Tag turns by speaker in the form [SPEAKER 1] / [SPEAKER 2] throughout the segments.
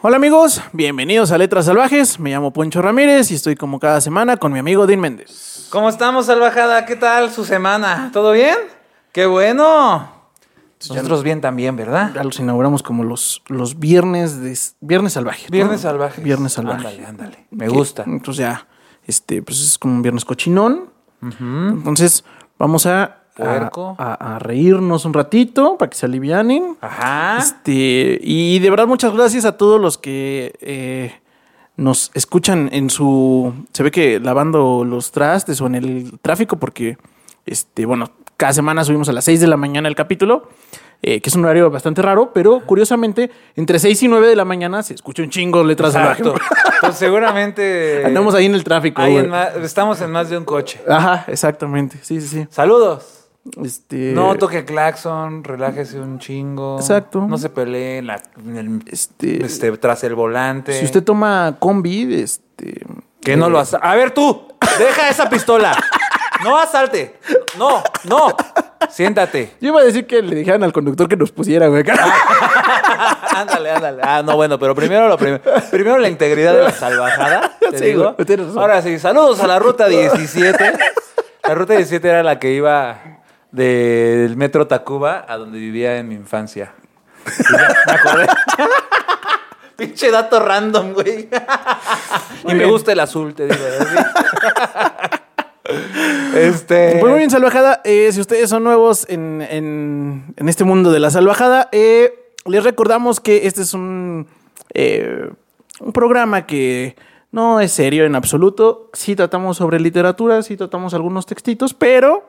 [SPEAKER 1] Hola amigos, bienvenidos a Letras Salvajes. Me llamo Poncho Ramírez y estoy como cada semana con mi amigo Dean Méndez.
[SPEAKER 2] ¿Cómo estamos, Salvajada? ¿Qué tal su semana? ¿Todo bien? ¡Qué bueno! Nosotros bien también, ¿verdad?
[SPEAKER 1] Ya los inauguramos como los, los viernes de viernes salvaje. ¿no?
[SPEAKER 2] Viernes salvajes.
[SPEAKER 1] Viernes salvaje.
[SPEAKER 2] Ándale, ándale. Me
[SPEAKER 1] Que-
[SPEAKER 2] gusta.
[SPEAKER 1] Entonces ya, este, pues es como un viernes cochinón. Entonces vamos a, a,
[SPEAKER 2] Puerco.
[SPEAKER 1] a- a reírnos un ratito para que se alivianen.
[SPEAKER 2] Ajá.
[SPEAKER 1] Este, y de verdad, muchas gracias a todos los que eh, nos escuchan en su. Se ve que lavando los trastes o en el tráfico, porque, este, bueno, cada semana subimos a las 6 de la mañana el capítulo, eh, que es un horario bastante raro, pero curiosamente, entre 6 y 9 de la mañana se escucha un chingo de letras
[SPEAKER 2] Exacto.
[SPEAKER 1] Exacto.
[SPEAKER 2] Pues seguramente.
[SPEAKER 1] Andamos ahí en el tráfico.
[SPEAKER 2] ahí en
[SPEAKER 1] güey.
[SPEAKER 2] ma- estamos en más de un coche.
[SPEAKER 1] Ajá, exactamente. Sí, sí, sí.
[SPEAKER 2] Saludos.
[SPEAKER 1] Este,
[SPEAKER 2] No toque claxon, relájese un chingo.
[SPEAKER 1] Exacto.
[SPEAKER 2] No se pelee en la- en el-
[SPEAKER 1] Este,
[SPEAKER 2] este, tras el volante.
[SPEAKER 1] Si usted toma combi, este.
[SPEAKER 2] Que no lo asa- A ver tú, deja esa pistola. No asalte. No, no. Siéntate.
[SPEAKER 1] Yo iba a decir que le dijeran al conductor que nos pusiera, güey.
[SPEAKER 2] Ah, ándale, ándale. Ah, no, bueno, pero primero lo primero. Primero la integridad de la salvajada. Te
[SPEAKER 1] Sí,
[SPEAKER 2] digo.
[SPEAKER 1] güey, tienes razón.
[SPEAKER 2] Ahora sí, saludos a la ruta 17. La ruta 17 era la que iba del metro Tacuba a donde vivía en mi infancia. Y ya, me acordé. Pinche dato random, güey. y
[SPEAKER 1] Muy
[SPEAKER 2] me
[SPEAKER 1] bien.
[SPEAKER 2] gusta el azul, te digo. este.
[SPEAKER 1] Pues muy bien, salvajada. Eh, si ustedes son nuevos en, en- en este mundo de la salvajada, eh, les recordamos que este es un, eh, un programa que no es serio en absoluto. Sí tratamos sobre literatura, sí tratamos algunos textitos, pero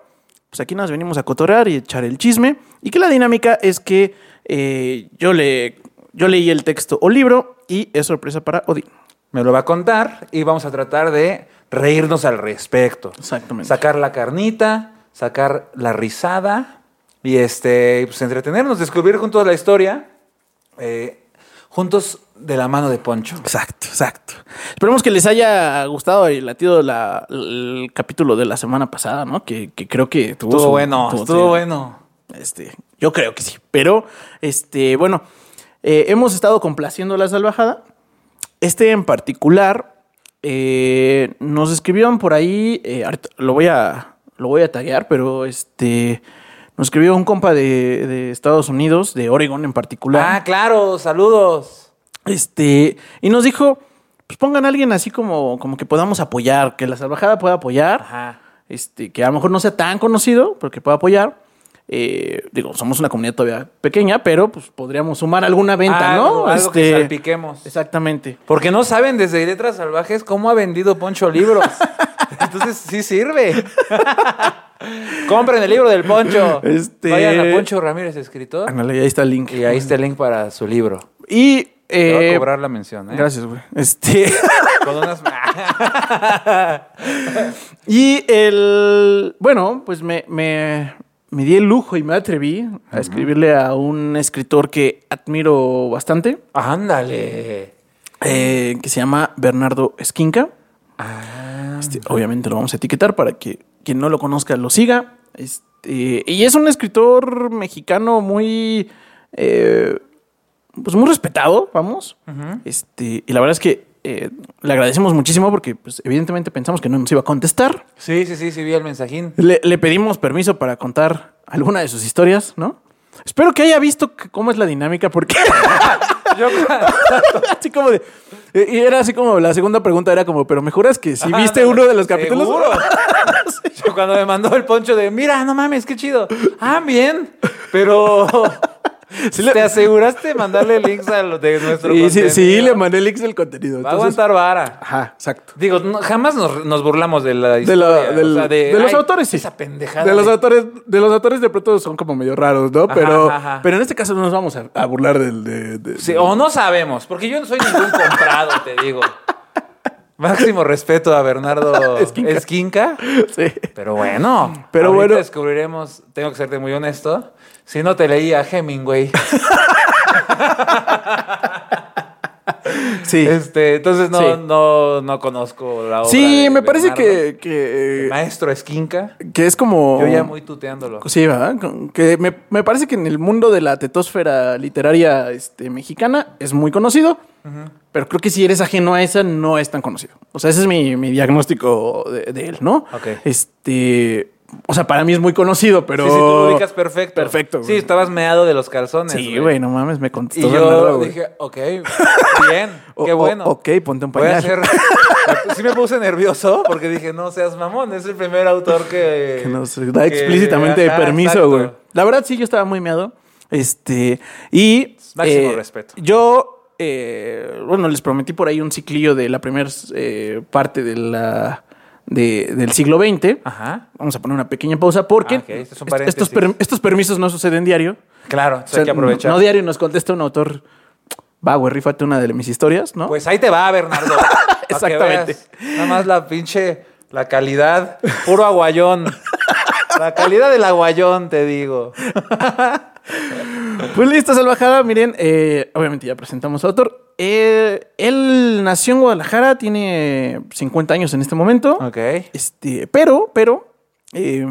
[SPEAKER 1] pues aquí nos venimos a cotorar y echar el chisme. Y que la dinámica es que eh, yo, le, yo leí el texto o libro y es sorpresa para Odín.
[SPEAKER 2] me lo va a contar y vamos a tratar de reírnos al respecto.
[SPEAKER 1] Exactamente.
[SPEAKER 2] Sacar la carnita, sacar la risada y este, pues entretenernos, descubrir juntos la historia, eh, juntos de la mano de Poncho.
[SPEAKER 1] Exacto, exacto. Esperemos que les haya gustado el latido la, el capítulo de la semana pasada, ¿no? Que, que creo que tuvo
[SPEAKER 2] Estuvo
[SPEAKER 1] su-
[SPEAKER 2] bueno,
[SPEAKER 1] tuvo-
[SPEAKER 2] estuvo
[SPEAKER 1] sí.
[SPEAKER 2] bueno.
[SPEAKER 1] Este, yo creo que sí. Pero, este, bueno, eh, hemos estado complaciendo la salvajada. Este en particular, eh, nos escribieron por ahí, eh, ahorita lo voy a, lo voy a taguear, pero este, nos escribió un compa de, de Estados Unidos, de Oregon en particular.
[SPEAKER 2] Ah, claro, saludos.
[SPEAKER 1] Este, y nos dijo, pues pongan a alguien así como, como que podamos apoyar, que la salvajada pueda apoyar,
[SPEAKER 2] Ajá.
[SPEAKER 1] este, que a lo mejor no sea tan conocido, pero que pueda apoyar. Eh, digo, somos una comunidad todavía pequeña, pero pues podríamos sumar alguna venta,
[SPEAKER 2] Algo-
[SPEAKER 1] ¿no?
[SPEAKER 2] algo que
[SPEAKER 1] Este,
[SPEAKER 2] salpiquemos.
[SPEAKER 1] Exactamente.
[SPEAKER 2] Porque no saben desde Letras Salvajes cómo ha vendido Poncho libros. Entonces sí sirve. Compren el libro del Poncho.
[SPEAKER 1] Este- Ah,
[SPEAKER 2] Vayan a Poncho Ramírez, escritor.
[SPEAKER 1] Ándale, ahí está el link.
[SPEAKER 2] Y ahí está el link para su libro.
[SPEAKER 1] Y,
[SPEAKER 2] Te voy
[SPEAKER 1] eh,
[SPEAKER 2] a cobrar la mención, ¿eh?
[SPEAKER 1] gracias, güey. Este,
[SPEAKER 2] Con unas- Ah,
[SPEAKER 1] y el, bueno, pues me, me, me di el lujo y me atreví a escribirle a un escritor que admiro bastante.
[SPEAKER 2] Ándale.
[SPEAKER 1] eh, que se llama Bernardo Esquinca.
[SPEAKER 2] Ah,
[SPEAKER 1] Este, obviamente lo vamos a etiquetar para que quien no lo conozca lo siga. Este, y es un escritor mexicano muy, eh, pues muy respetado, vamos. Este, y la verdad es que eh, le agradecemos muchísimo porque pues, evidentemente pensamos que no nos iba a contestar.
[SPEAKER 2] Sí, sí, sí, sí, vi el mensajín.
[SPEAKER 1] Le, le pedimos permiso para contar alguna de sus historias, ¿no? Espero que haya visto c- cómo es la dinámica porque...
[SPEAKER 2] Yo-
[SPEAKER 1] así como de. eh, Y era así como la segunda pregunta era como, pero me juras que si viste
[SPEAKER 2] Ándale,
[SPEAKER 1] uno de los capítulos.
[SPEAKER 2] seguro. Yo cuando me mandó el poncho de, mira, no mames, qué chido. Ah, bien. Pero
[SPEAKER 1] Sí le-
[SPEAKER 2] te aseguraste mandarle links a los de nuestro
[SPEAKER 1] Sí, sí, sí,
[SPEAKER 2] contenido?
[SPEAKER 1] le mandé el link del contenido.
[SPEAKER 2] Va a
[SPEAKER 1] entonces-
[SPEAKER 2] aguantar vara.
[SPEAKER 1] Ajá, exacto.
[SPEAKER 2] Digo, no- jamás nos, nos burlamos de la
[SPEAKER 1] De,
[SPEAKER 2] historia.
[SPEAKER 1] la- del-
[SPEAKER 2] o sea,
[SPEAKER 1] de los
[SPEAKER 2] ay,
[SPEAKER 1] autores, sí.
[SPEAKER 2] Esa pendejada.
[SPEAKER 1] De los
[SPEAKER 2] de-
[SPEAKER 1] autores, de los autores de pronto son como medio raros, ¿no?
[SPEAKER 2] Ajá,
[SPEAKER 1] pero,
[SPEAKER 2] ajá, ajá.
[SPEAKER 1] pero en este caso no nos vamos a, a burlar del de, de-
[SPEAKER 2] Sí, oh. o no sabemos, porque yo no soy ningún comprado, te digo. Máximo respeto a Bernardo
[SPEAKER 1] Esquinca.
[SPEAKER 2] Esquinca.
[SPEAKER 1] sí.
[SPEAKER 2] Pero bueno,
[SPEAKER 1] Pero
[SPEAKER 2] ahorita
[SPEAKER 1] bueno.
[SPEAKER 2] descubriremos, tengo que serte muy honesto, si no te leía a Hemingway.
[SPEAKER 1] Sí.
[SPEAKER 2] Este, entonces no,
[SPEAKER 1] Sí.
[SPEAKER 2] no, no conozco la obra.
[SPEAKER 1] Sí,
[SPEAKER 2] de
[SPEAKER 1] me parece
[SPEAKER 2] Bernardo.
[SPEAKER 1] que, Oh. que,
[SPEAKER 2] El Maestro Esquinca.
[SPEAKER 1] que es como...
[SPEAKER 2] Yo ya muy tuteándolo.
[SPEAKER 1] Sí, ¿verdad? Con- Que me, me parece que en el mundo de la tetosfera literaria este, mexicana es muy conocido, pero creo que si eres ajeno a esa, no es tan conocido. O sea, ese es mi, mi diagnóstico de, de él, ¿no?
[SPEAKER 2] Ok.
[SPEAKER 1] Este. O sea, para mí es muy conocido, pero.
[SPEAKER 2] Sí, sí, tú lo ubicas perfecto.
[SPEAKER 1] Perfecto,
[SPEAKER 2] Sí,
[SPEAKER 1] güey.
[SPEAKER 2] estabas meado de los calzones.
[SPEAKER 1] Sí, güey, no mames, me contestó.
[SPEAKER 2] Y
[SPEAKER 1] Bernardo,
[SPEAKER 2] yo
[SPEAKER 1] güey.
[SPEAKER 2] dije, ok, bien,
[SPEAKER 1] O-
[SPEAKER 2] qué
[SPEAKER 1] o-
[SPEAKER 2] bueno.
[SPEAKER 1] ok, ponte un
[SPEAKER 2] Voy a
[SPEAKER 1] pañal.
[SPEAKER 2] hacer... Sí me puse nervioso porque dije, no seas mamón, es el primer autor que...
[SPEAKER 1] que nos da
[SPEAKER 2] Eh, que-
[SPEAKER 1] explícitamente
[SPEAKER 2] ajá,
[SPEAKER 1] permiso,
[SPEAKER 2] exacto.
[SPEAKER 1] güey. La verdad, sí, yo estaba muy meado. Este, y. eh,
[SPEAKER 2] Máximo respeto.
[SPEAKER 1] Yo, eh, bueno, les prometí por ahí un ciclillo de la primera parte de la, de- del siglo XX.
[SPEAKER 2] Ajá,
[SPEAKER 1] Vamos a poner una pequeña pausa porque
[SPEAKER 2] Ah, ok, este es un
[SPEAKER 1] est-
[SPEAKER 2] paréntesis.
[SPEAKER 1] estos, per- estos permisos no suceden diario.
[SPEAKER 2] claro, entonces
[SPEAKER 1] O sea,
[SPEAKER 2] hay que aprovechar.
[SPEAKER 1] No, no diario nos contesta un autor. Va, güey, rífate una de mis historias, ¿no?
[SPEAKER 2] Pues ahí te va, Bernardo. Pa' que
[SPEAKER 1] Exactamente.
[SPEAKER 2] veas. Nada más la pinche, la calidad, puro aguayón. La calidad del aguayón, te digo.
[SPEAKER 1] Pues listo, salvajada. Miren, eh, obviamente ya presentamos a autor. Eh, él nació en Guadalajara, tiene 50 años en este momento.
[SPEAKER 2] Ok.
[SPEAKER 1] Este, pero, pero, eh,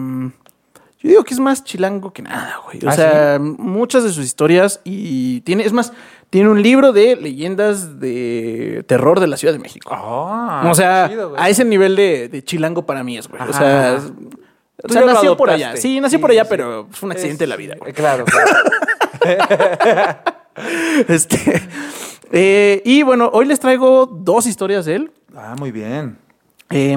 [SPEAKER 1] yo digo que es más chilango que nada, güey. O
[SPEAKER 2] ¿Ah,
[SPEAKER 1] sea, muchas de sus historias y tiene, es más, tiene un libro de leyendas de terror de la Ciudad de México.
[SPEAKER 2] Ah,
[SPEAKER 1] o sea,
[SPEAKER 2] chido, güey.
[SPEAKER 1] a ese nivel de, de chilango para mí es, güey. O
[SPEAKER 2] Ajá,
[SPEAKER 1] sea,
[SPEAKER 2] ajá.
[SPEAKER 1] es- o
[SPEAKER 2] Tú
[SPEAKER 1] sea,
[SPEAKER 2] ya lo
[SPEAKER 1] nació por
[SPEAKER 2] adoptaste.
[SPEAKER 1] allá. Sí, nació
[SPEAKER 2] Sí,
[SPEAKER 1] por allá,
[SPEAKER 2] sí, sí.
[SPEAKER 1] pero fue un accidente de la vida, güey.
[SPEAKER 2] Eh, Claro, claro.
[SPEAKER 1] Este, eh, y bueno, hoy les traigo dos historias de él.
[SPEAKER 2] Ah, muy bien.
[SPEAKER 1] Eh,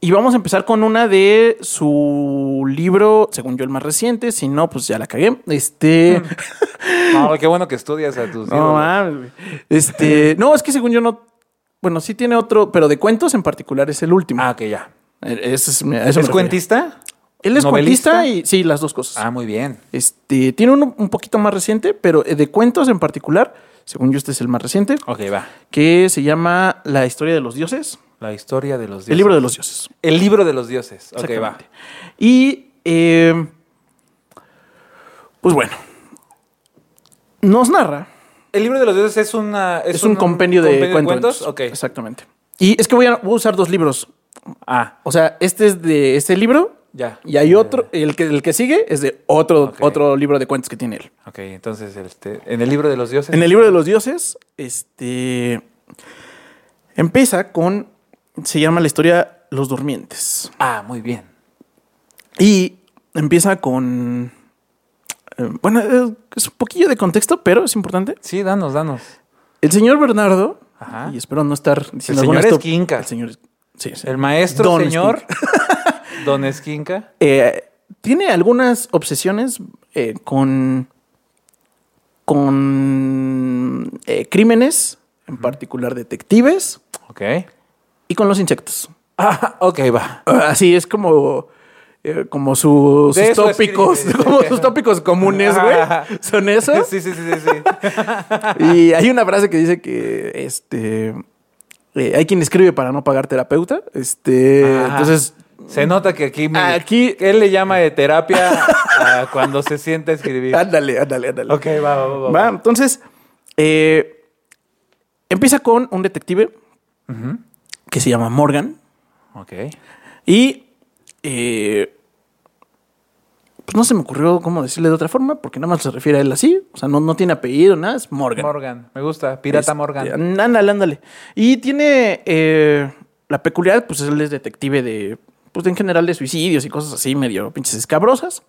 [SPEAKER 1] y vamos a empezar con una de su libro, según yo el más reciente. Si no, pues ya la cagué. Este.
[SPEAKER 2] Mm. No, qué bueno que estudias a tus
[SPEAKER 1] no
[SPEAKER 2] ídolos.
[SPEAKER 1] mames, güey. Este. No, es que según yo no. Bueno, sí tiene otro, pero de cuentos en particular es el último.
[SPEAKER 2] Ah, ok, ya.
[SPEAKER 1] Eh, ese es, mi- a eso me
[SPEAKER 2] ¿Es
[SPEAKER 1] refería.
[SPEAKER 2] cuentista?
[SPEAKER 1] Él es
[SPEAKER 2] ¿Novelista?
[SPEAKER 1] cuentista y sí, las dos cosas.
[SPEAKER 2] Ah, muy bien.
[SPEAKER 1] Este, tiene uno un poquito más reciente, pero eh, de cuentos en particular, según yo este es el más reciente,
[SPEAKER 2] Ok, va.
[SPEAKER 1] que se llama La historia de los dioses.
[SPEAKER 2] La historia de los dioses.
[SPEAKER 1] El libro de los dioses.
[SPEAKER 2] El libro de los dioses. Ok, va.
[SPEAKER 1] Exactamente. Y. eh, pues bueno. Nos narra.
[SPEAKER 2] El libro de los dioses es una...
[SPEAKER 1] Es, un, compendio de cuentos.
[SPEAKER 2] Ok.
[SPEAKER 1] Exactamente. Y es que voy a, voy a usar dos libros.
[SPEAKER 2] Ah,
[SPEAKER 1] O sea, este es de este libro.
[SPEAKER 2] ya.
[SPEAKER 1] Y hay otro. El que, el que sigue es de otro,
[SPEAKER 2] Ok.
[SPEAKER 1] otro libro de cuentos que tiene él.
[SPEAKER 2] Ok, entonces, este, en el libro de los dioses.
[SPEAKER 1] En el libro de los dioses, este. Empieza con. Se llama la historia Los Durmientes.
[SPEAKER 2] Ah, muy bien.
[SPEAKER 1] Y empieza con. eh, Bueno, eh, es un poquillo de contexto, pero es importante.
[SPEAKER 2] Sí, danos, danos.
[SPEAKER 1] El señor Bernardo,
[SPEAKER 2] Ajá.
[SPEAKER 1] y espero no estar diciendo
[SPEAKER 2] Ah. El
[SPEAKER 1] alguna
[SPEAKER 2] señor
[SPEAKER 1] estu-
[SPEAKER 2] Esquinca.
[SPEAKER 1] El señor. Sí, sí.
[SPEAKER 2] El maestro
[SPEAKER 1] Don
[SPEAKER 2] señor Don Esquinca.
[SPEAKER 1] Eh, tiene algunas obsesiones eh, con. con. eh, crímenes, en particular detectives,
[SPEAKER 2] Ok.
[SPEAKER 1] y con los insectos.
[SPEAKER 2] Ah, ok, va.
[SPEAKER 1] Así es como. eh, como sus,
[SPEAKER 2] De
[SPEAKER 1] sus
[SPEAKER 2] eso
[SPEAKER 1] tópicos,
[SPEAKER 2] escribe.
[SPEAKER 1] como sus tópicos comunes, güey.
[SPEAKER 2] Ajá.
[SPEAKER 1] Son esos.
[SPEAKER 2] Sí, sí, sí, sí. sí.
[SPEAKER 1] Y hay una frase que dice que este eh, hay quien escribe para no pagar terapeuta. Este,
[SPEAKER 2] Ajá.
[SPEAKER 1] entonces
[SPEAKER 2] Se nota que aquí... me-
[SPEAKER 1] Aquí-
[SPEAKER 2] Él le llama de terapia a cuando se sienta a escribir.
[SPEAKER 1] ándale, ándale, ándale.
[SPEAKER 2] Ok, va, va, va. va.
[SPEAKER 1] Ah, Va, entonces eh, empieza con un detective
[SPEAKER 2] Ujú.
[SPEAKER 1] que se llama Morgan
[SPEAKER 2] Ok.
[SPEAKER 1] y eh, pues no se me ocurrió cómo decirle de otra forma porque nada más se refiere a él así, o sea, no, no tiene apellido, nada, es Morgan.
[SPEAKER 2] Morgan. Me gusta. Pirata
[SPEAKER 1] Este,
[SPEAKER 2] Morgan.
[SPEAKER 1] an- Ándale, ándale. Y tiene eh, la peculiaridad, pues él es detective de, pues en general de suicidios y cosas así, medio pinches escabrosas.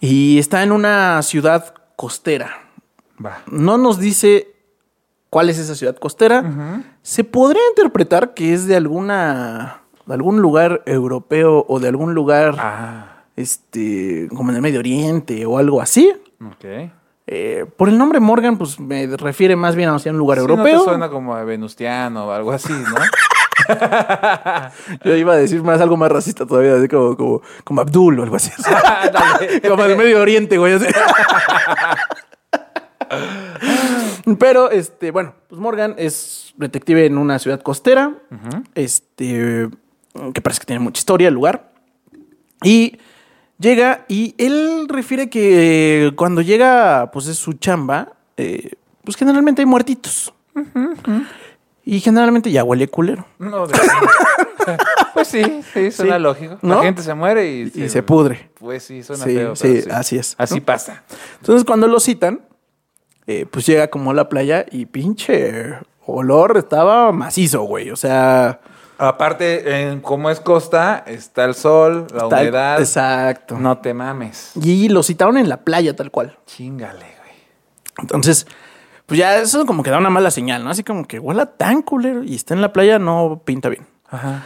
[SPEAKER 1] Y está en una ciudad costera.
[SPEAKER 2] Va.
[SPEAKER 1] No nos dice cuál es esa ciudad costera. Se podría interpretar que es de alguna, de algún lugar europeo o de algún lugar,
[SPEAKER 2] Ah,
[SPEAKER 1] este, como en el Medio Oriente o algo así.
[SPEAKER 2] ok.
[SPEAKER 1] Eh, por el nombre Morgan, pues me refiere más bien hacia un lugar
[SPEAKER 2] Sí,
[SPEAKER 1] europeo.
[SPEAKER 2] No te suena como a venustiano o algo así, ¿no?
[SPEAKER 1] Yo iba a decir más algo más racista todavía, así como, como, como Abdul o algo así.
[SPEAKER 2] Ándale.
[SPEAKER 1] como del Medio Oriente, güey. así. Pero, este, bueno, pues Morgan es detective en una ciudad costera. Este. Que parece que tiene mucha historia el lugar. Y llega y él refiere que cuando llega, pues es su chamba. eh, pues generalmente hay muertitos. Y generalmente ya huele culero.
[SPEAKER 2] No, de- pues sí, sí, suena
[SPEAKER 1] Sí.
[SPEAKER 2] lógico.
[SPEAKER 1] ¿No?
[SPEAKER 2] La gente se muere y,
[SPEAKER 1] Y se pudre.
[SPEAKER 2] Pues sí, suena
[SPEAKER 1] Sí,
[SPEAKER 2] feo.
[SPEAKER 1] sí,
[SPEAKER 2] pero
[SPEAKER 1] así es,
[SPEAKER 2] Así
[SPEAKER 1] ¿no?
[SPEAKER 2] pasa.
[SPEAKER 1] Entonces cuando lo citan, eh, pues llega como a la playa y pinche olor estaba macizo, güey. O sea,
[SPEAKER 2] Aparte, en- como es costa, está el sol, la
[SPEAKER 1] tal-
[SPEAKER 2] humedad.
[SPEAKER 1] Exacto.
[SPEAKER 2] No te mames.
[SPEAKER 1] Y lo citaron en la playa tal cual.
[SPEAKER 2] Chingale, güey.
[SPEAKER 1] Entonces, pues ya eso como que da una mala señal, ¿no? Así como que huela tan culero y está en la playa, no pinta bien.
[SPEAKER 2] Ajá.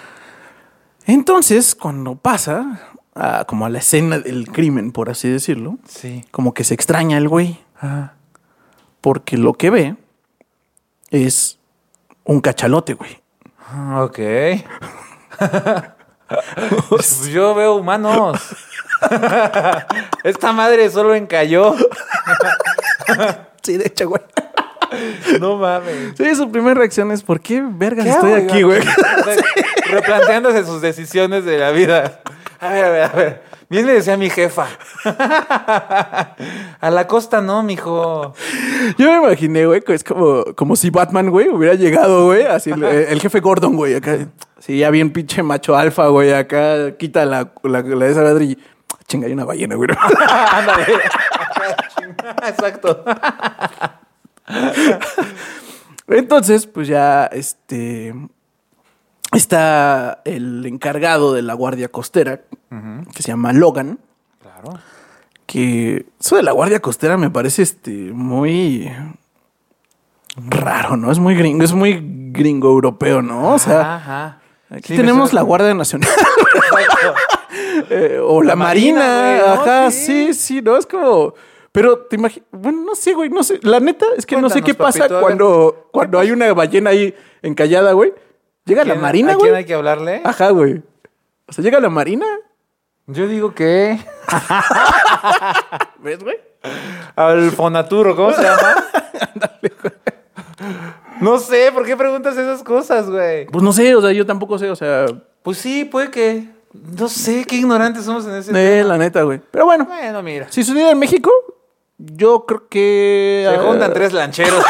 [SPEAKER 1] Entonces, cuando pasa a- como a la escena del crimen, por así decirlo,
[SPEAKER 2] Sí.
[SPEAKER 1] como que se extraña el güey,
[SPEAKER 2] Ajá.
[SPEAKER 1] porque lo que ve es un cachalote, güey.
[SPEAKER 2] Ah, Ok. Pues Yo veo humanos. Esta madre solo encalló.
[SPEAKER 1] Sí, de hecho, güey.
[SPEAKER 2] No mames.
[SPEAKER 1] Sí, su primera reacción es, ¿por qué vergas
[SPEAKER 2] ¿Qué
[SPEAKER 1] estoy
[SPEAKER 2] hago,
[SPEAKER 1] aquí, güey?
[SPEAKER 2] oiga? O sea, Replanteándose sus decisiones de la vida. A ver, a ver, a ver. Bien le decía mi jefa. A la costa no, mijo.
[SPEAKER 1] Yo me imaginé, güey, que es como, como si Batman, güey, hubiera llegado, güey, así, el, el jefe Gordon, güey, acá. Sí, ya bien pinche macho alfa, güey, acá quita la, la, la de esa ladra y chinga, hay una ballena, güey.
[SPEAKER 2] Ándale. Exacto.
[SPEAKER 1] Entonces, pues ya, este, está el encargado de la guardia costera, que se llama Logan,
[SPEAKER 2] Claro.
[SPEAKER 1] que eso de la guardia costera me parece, este, muy raro, ¿no? Es muy gringo, es muy gringo europeo, ¿no? O sea...
[SPEAKER 2] ajá.
[SPEAKER 1] Aquí tenemos la Guardia Nacional eh, o la,
[SPEAKER 2] La
[SPEAKER 1] Marina.
[SPEAKER 2] Marina, güey, ¿no?
[SPEAKER 1] Ajá, sí.
[SPEAKER 2] Sí.
[SPEAKER 1] sí, ¿no? Es como. Pero te imaginas. Bueno, no sé, güey. No sé. La neta es que no sé
[SPEAKER 2] Cuéntanos,
[SPEAKER 1] qué pasa
[SPEAKER 2] papito, a ver.
[SPEAKER 1] cuando, cuando hay una ballena ahí encallada, güey. Llega la Marina,
[SPEAKER 2] ¿A quién
[SPEAKER 1] güey.
[SPEAKER 2] hay que hablarle?
[SPEAKER 1] Ajá, güey. O sea, llega la Marina.
[SPEAKER 2] Yo digo que
[SPEAKER 1] ¿Ves, güey?
[SPEAKER 2] al Fonaturo, ¿cómo se llama? No sé, ¿por qué preguntas esas cosas, güey?
[SPEAKER 1] Pues no sé, o sea, yo tampoco sé, o sea.
[SPEAKER 2] Pues sí, puede que. No sé, qué ignorantes somos en ese.
[SPEAKER 1] Eh, la neta, güey. Pero bueno,
[SPEAKER 2] Bueno, mira.
[SPEAKER 1] si sucediera en México, yo creo que.
[SPEAKER 2] Se
[SPEAKER 1] ah,
[SPEAKER 2] juntan tres lancheros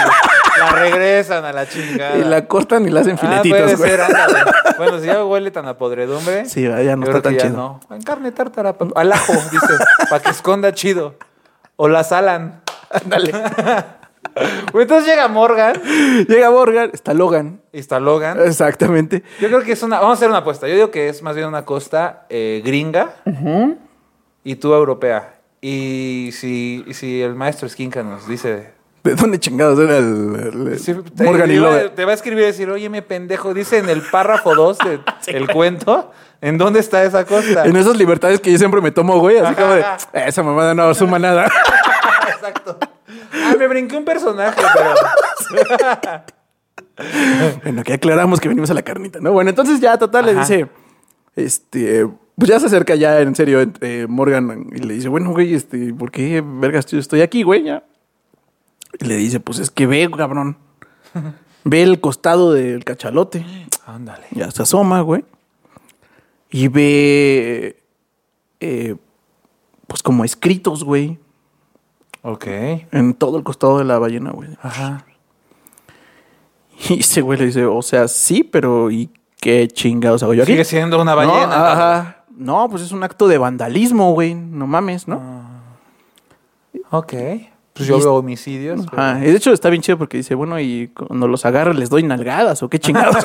[SPEAKER 2] y la regresan a la chingada.
[SPEAKER 1] Y la cortan y la hacen
[SPEAKER 2] ah,
[SPEAKER 1] filetitos,
[SPEAKER 2] puede
[SPEAKER 1] güey.
[SPEAKER 2] ser, ándale. Bueno, si ya huele tan a podredumbre.
[SPEAKER 1] Sí, ya no está
[SPEAKER 2] yo creo
[SPEAKER 1] tan
[SPEAKER 2] que ya
[SPEAKER 1] chido.
[SPEAKER 2] No. En carne tártara, pa- al ajo, dice, para que esconda chido. O la salan.
[SPEAKER 1] Ándale.
[SPEAKER 2] Güey, Entonces llega Morgan
[SPEAKER 1] Llega Morgan, está Logan.
[SPEAKER 2] y está Logan.
[SPEAKER 1] Exactamente.
[SPEAKER 2] Yo creo que es una. Vamos a hacer una apuesta. Yo digo que es más bien una costa eh, gringa y tú europea. Y si, y si el maestro Esquinca nos dice.
[SPEAKER 1] ¿De dónde chingados era el, el-
[SPEAKER 2] si- te,
[SPEAKER 1] Morgan y
[SPEAKER 2] te va-
[SPEAKER 1] Logan?
[SPEAKER 2] te va a escribir y decir, oye, mi pendejo, dice en el párrafo 2 del cuento, ¿en dónde está esa costa?
[SPEAKER 1] En esas libertades que yo siempre me tomo, güey, así como de, "Eh, esa mamada no suma nada.
[SPEAKER 2] Exacto. Ah, me brinqué un personaje, pero.
[SPEAKER 1] bueno, que aclaramos que venimos a la carnita, ¿no? Bueno, entonces ya, total, le
[SPEAKER 2] Ajá.
[SPEAKER 1] dice, este, pues ya se acerca ya en serio eh, Morgan y le dice, bueno, güey, este, ¿por qué vergas yo estoy aquí, güey? Ya. Y le dice, pues es que ve, cabrón. Ve el costado del cachalote.
[SPEAKER 2] Ándale.
[SPEAKER 1] Ya se asoma, güey. Y ve. eh, pues como escritos, güey.
[SPEAKER 2] Ok.
[SPEAKER 1] En todo el costado de la ballena, güey.
[SPEAKER 2] Ajá.
[SPEAKER 1] Y ese güey le dice, o sea, sí, pero ¿y qué chingados hago yo aquí?
[SPEAKER 2] Sigue siendo una
[SPEAKER 1] no,
[SPEAKER 2] ballena.
[SPEAKER 1] ajá. No, pues es un acto de vandalismo, güey. No mames,
[SPEAKER 2] Ah,
[SPEAKER 1] ¿no?
[SPEAKER 2] Ok. Pues yo
[SPEAKER 1] Y-
[SPEAKER 2] veo homicidios. pero-
[SPEAKER 1] Ajá. Y de hecho está bien chido porque dice, bueno, y cuando los agarro les doy nalgadas o qué chingados.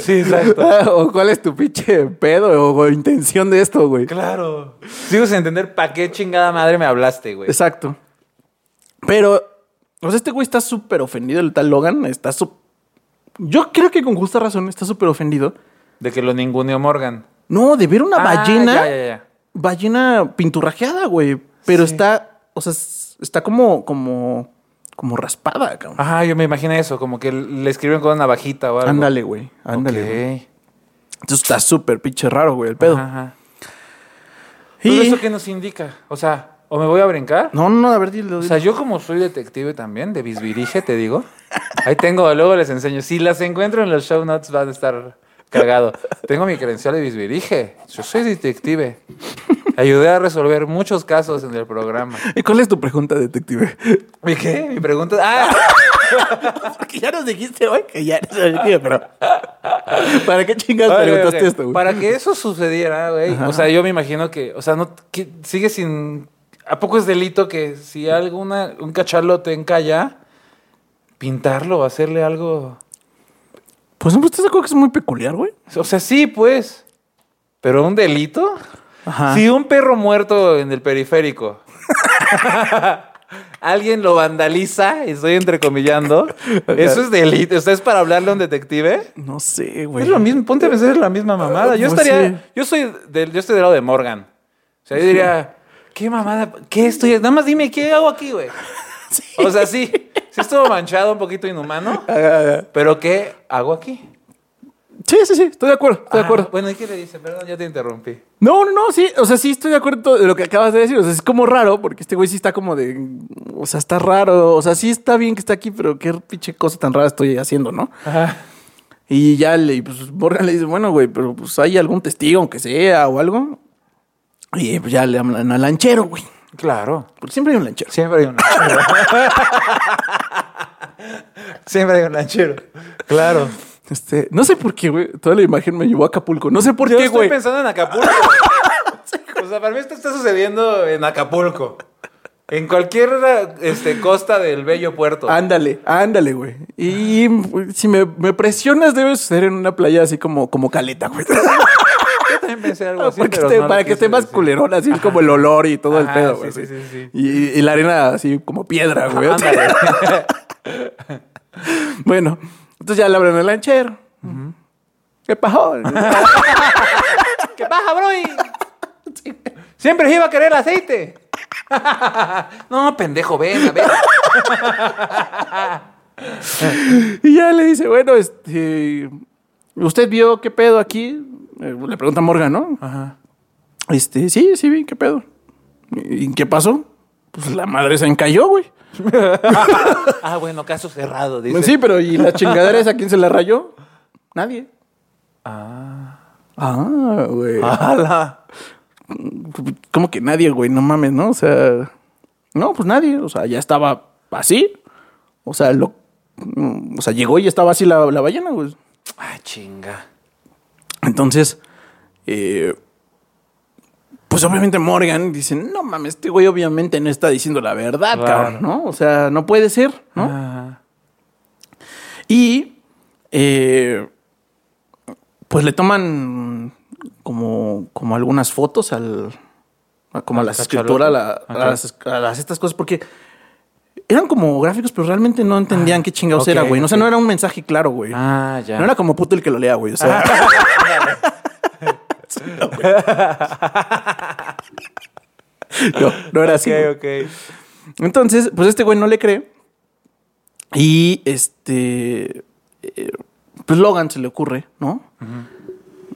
[SPEAKER 2] Sí, exacto.
[SPEAKER 1] o cuál es tu pinche pedo o, o intención de esto, güey.
[SPEAKER 2] Claro. Sigo sin entender para qué chingada madre me hablaste, güey.
[SPEAKER 1] Exacto. Pero, o sea, este güey está súper ofendido, el tal Logan. Está su... Yo creo que con justa razón está súper ofendido.
[SPEAKER 2] De que lo ninguneó Morgan.
[SPEAKER 1] No, de ver una
[SPEAKER 2] Ah,
[SPEAKER 1] ballena,
[SPEAKER 2] Ya, ya, ya.
[SPEAKER 1] ballena pinturrajeada, güey. Pero
[SPEAKER 2] Sí.
[SPEAKER 1] está, o sea, s- está como, como, como raspada, cabrón.
[SPEAKER 2] Ajá, yo me imaginé eso, como que le escriben con una bajita o algo.
[SPEAKER 1] ándale, güey. Ándale. güey.
[SPEAKER 2] Ándale.
[SPEAKER 1] Entonces está súper pinche raro, güey, el pedo.
[SPEAKER 2] Ajá. ¿Todo
[SPEAKER 1] Y...
[SPEAKER 2] eso qué nos indica? O sea, o me voy a brincar.
[SPEAKER 1] No, no, a ver, dilo.
[SPEAKER 2] O
[SPEAKER 1] dilo.
[SPEAKER 2] sea, yo como soy detective también, de bisbirige, te digo. Ahí tengo, luego les enseño. Si las encuentro en los show notes van a estar cagado. Tengo mi credencial de bisbirige. Yo soy detective. Ayudé a resolver muchos casos en el programa.
[SPEAKER 1] ¿Y cuál es tu pregunta, detective?
[SPEAKER 2] ¿Y qué? Mi pregunta. ¡Ah!
[SPEAKER 1] Porque ya nos dijiste, güey, que ya eres detective, pero. ¿Para qué chingados
[SPEAKER 2] Oye,
[SPEAKER 1] preguntaste
[SPEAKER 2] oye,
[SPEAKER 1] esto, güey?
[SPEAKER 2] Para que eso sucediera, güey. O sea, yo me imagino que. O sea, no. que sigue sin. ¿A poco es delito que si alguna, un cachalote encalla, pintarlo, hacerle algo?
[SPEAKER 1] Pues no, pues te que es muy peculiar, güey.
[SPEAKER 2] O sea, sí, pues. Pero un delito.
[SPEAKER 1] Ajá.
[SPEAKER 2] Si un perro muerto en el periférico. Alguien lo vandaliza, y estoy entrecomillando. Eso es delito. ¿Usted es para hablarle a un detective?
[SPEAKER 1] No sé, güey.
[SPEAKER 2] Es lo mismo, ponte a pensar, es la misma mamada. Yo
[SPEAKER 1] Pues
[SPEAKER 2] estaría,
[SPEAKER 1] sí.
[SPEAKER 2] yo soy del, yo estoy del lado de Morgan. O sea, yo diría, ¿qué mamada? ¿Qué estoy? Nada más dime, ¿qué hago aquí, güey? O sea, sí, sí estuvo manchado, un poquito inhumano,
[SPEAKER 1] Ah,
[SPEAKER 2] pero ¿qué hago aquí?
[SPEAKER 1] Sí, sí, sí, estoy de acuerdo, estoy de
[SPEAKER 2] Ah,
[SPEAKER 1] acuerdo.
[SPEAKER 2] Bueno, ¿y qué le dice? Perdón, ya te interrumpí.
[SPEAKER 1] No, no, no, sí, o sea, sí estoy de acuerdo en todo de lo que acabas de decir. O sea, es como raro, porque este güey sí está como de. O sea, está raro. O sea, sí está bien que está aquí, pero qué pinche cosa tan rara estoy haciendo, ¿no?
[SPEAKER 2] Ajá.
[SPEAKER 1] Y ya le, y pues Morgan le dice, bueno, güey, pero pues hay algún testigo, aunque sea, o algo. Y eh, pues ya le hablan al lanchero, güey.
[SPEAKER 2] Claro.
[SPEAKER 1] Porque siempre hay un lanchero.
[SPEAKER 2] Siempre hay un lanchero. Siempre hay un lanchero. Claro.
[SPEAKER 1] Este, no sé por qué, güey. Toda la imagen me llevó a Acapulco. No sé por
[SPEAKER 2] Yo
[SPEAKER 1] qué,
[SPEAKER 2] estoy
[SPEAKER 1] güey.
[SPEAKER 2] pensando en Acapulco. o sea, para mí esto está sucediendo en Acapulco. En cualquier este, costa del bello puerto.
[SPEAKER 1] Ah, Ándale, ándale, güey. Y güey, si me, me presionas, debe suceder en una playa así como, como caleta, güey.
[SPEAKER 2] Yo también pensé algo así,
[SPEAKER 1] Ah, Porque
[SPEAKER 2] pero
[SPEAKER 1] esté-
[SPEAKER 2] no lo
[SPEAKER 1] para que
[SPEAKER 2] quise
[SPEAKER 1] esté más
[SPEAKER 2] decir.
[SPEAKER 1] culerón, así como el olor y todo el
[SPEAKER 2] Ajá,
[SPEAKER 1] pedo,
[SPEAKER 2] sí,
[SPEAKER 1] güey.
[SPEAKER 2] sí,
[SPEAKER 1] así.
[SPEAKER 2] sí, sí.
[SPEAKER 1] Y, y la arena así como piedra, güey.
[SPEAKER 2] Ándale.
[SPEAKER 1] bueno, entonces ya le abren el lanchero. ¿Qué pasó?
[SPEAKER 2] ¿Qué pasa, bro? Siempre iba a querer aceite. no, pendejo, ven, a ver.
[SPEAKER 1] y ya le dice, bueno, este. ¿Usted vio qué pedo aquí? Eh, Le pregunta a Morgan, ¿no?
[SPEAKER 2] Ajá.
[SPEAKER 1] Este, sí, sí, vi, qué pedo. ¿Y y qué pasó? Pues la madre se encalló, güey.
[SPEAKER 2] Ah, bueno, caso cerrado, dice.
[SPEAKER 1] Pues sí, pero ¿y la chingadera esa quién se la rayó? Nadie. Ah. Ah, güey.
[SPEAKER 2] Ala.
[SPEAKER 1] ¿Cómo que nadie, güey? No mames, ¿no? O sea. No, pues nadie. O sea, ya estaba así. O sea, lo. mm, O sea, llegó y estaba así la, la ballena, güey.
[SPEAKER 2] Ah, chinga.
[SPEAKER 1] Entonces. eh, pues obviamente Morgan dice: No mames, este güey obviamente no está diciendo la verdad,
[SPEAKER 2] Claro.
[SPEAKER 1] cabrón, ¿no? O sea, no puede ser, ¿no?
[SPEAKER 2] Ajá.
[SPEAKER 1] Y eh, pues le toman como, como algunas fotos al. a- Como a
[SPEAKER 2] Al
[SPEAKER 1] las
[SPEAKER 2] cachalote.
[SPEAKER 1] escrituras, a, la- a
[SPEAKER 2] Ok.
[SPEAKER 1] las, a las- estas cosas, porque eran como gráficos, pero realmente no entendían qué chingados
[SPEAKER 2] Ah, ok,
[SPEAKER 1] era, güey. No sé,
[SPEAKER 2] ok.
[SPEAKER 1] no era un mensaje claro, güey.
[SPEAKER 2] Ah, ya.
[SPEAKER 1] No era como puto el que lo lea, güey. O sea. Sí, no, güey. no, no era así. güey.
[SPEAKER 2] Ok, ok.
[SPEAKER 1] Entonces, pues este güey no le cree. Y este. eh, Pues Logan se le ocurre, ¿no?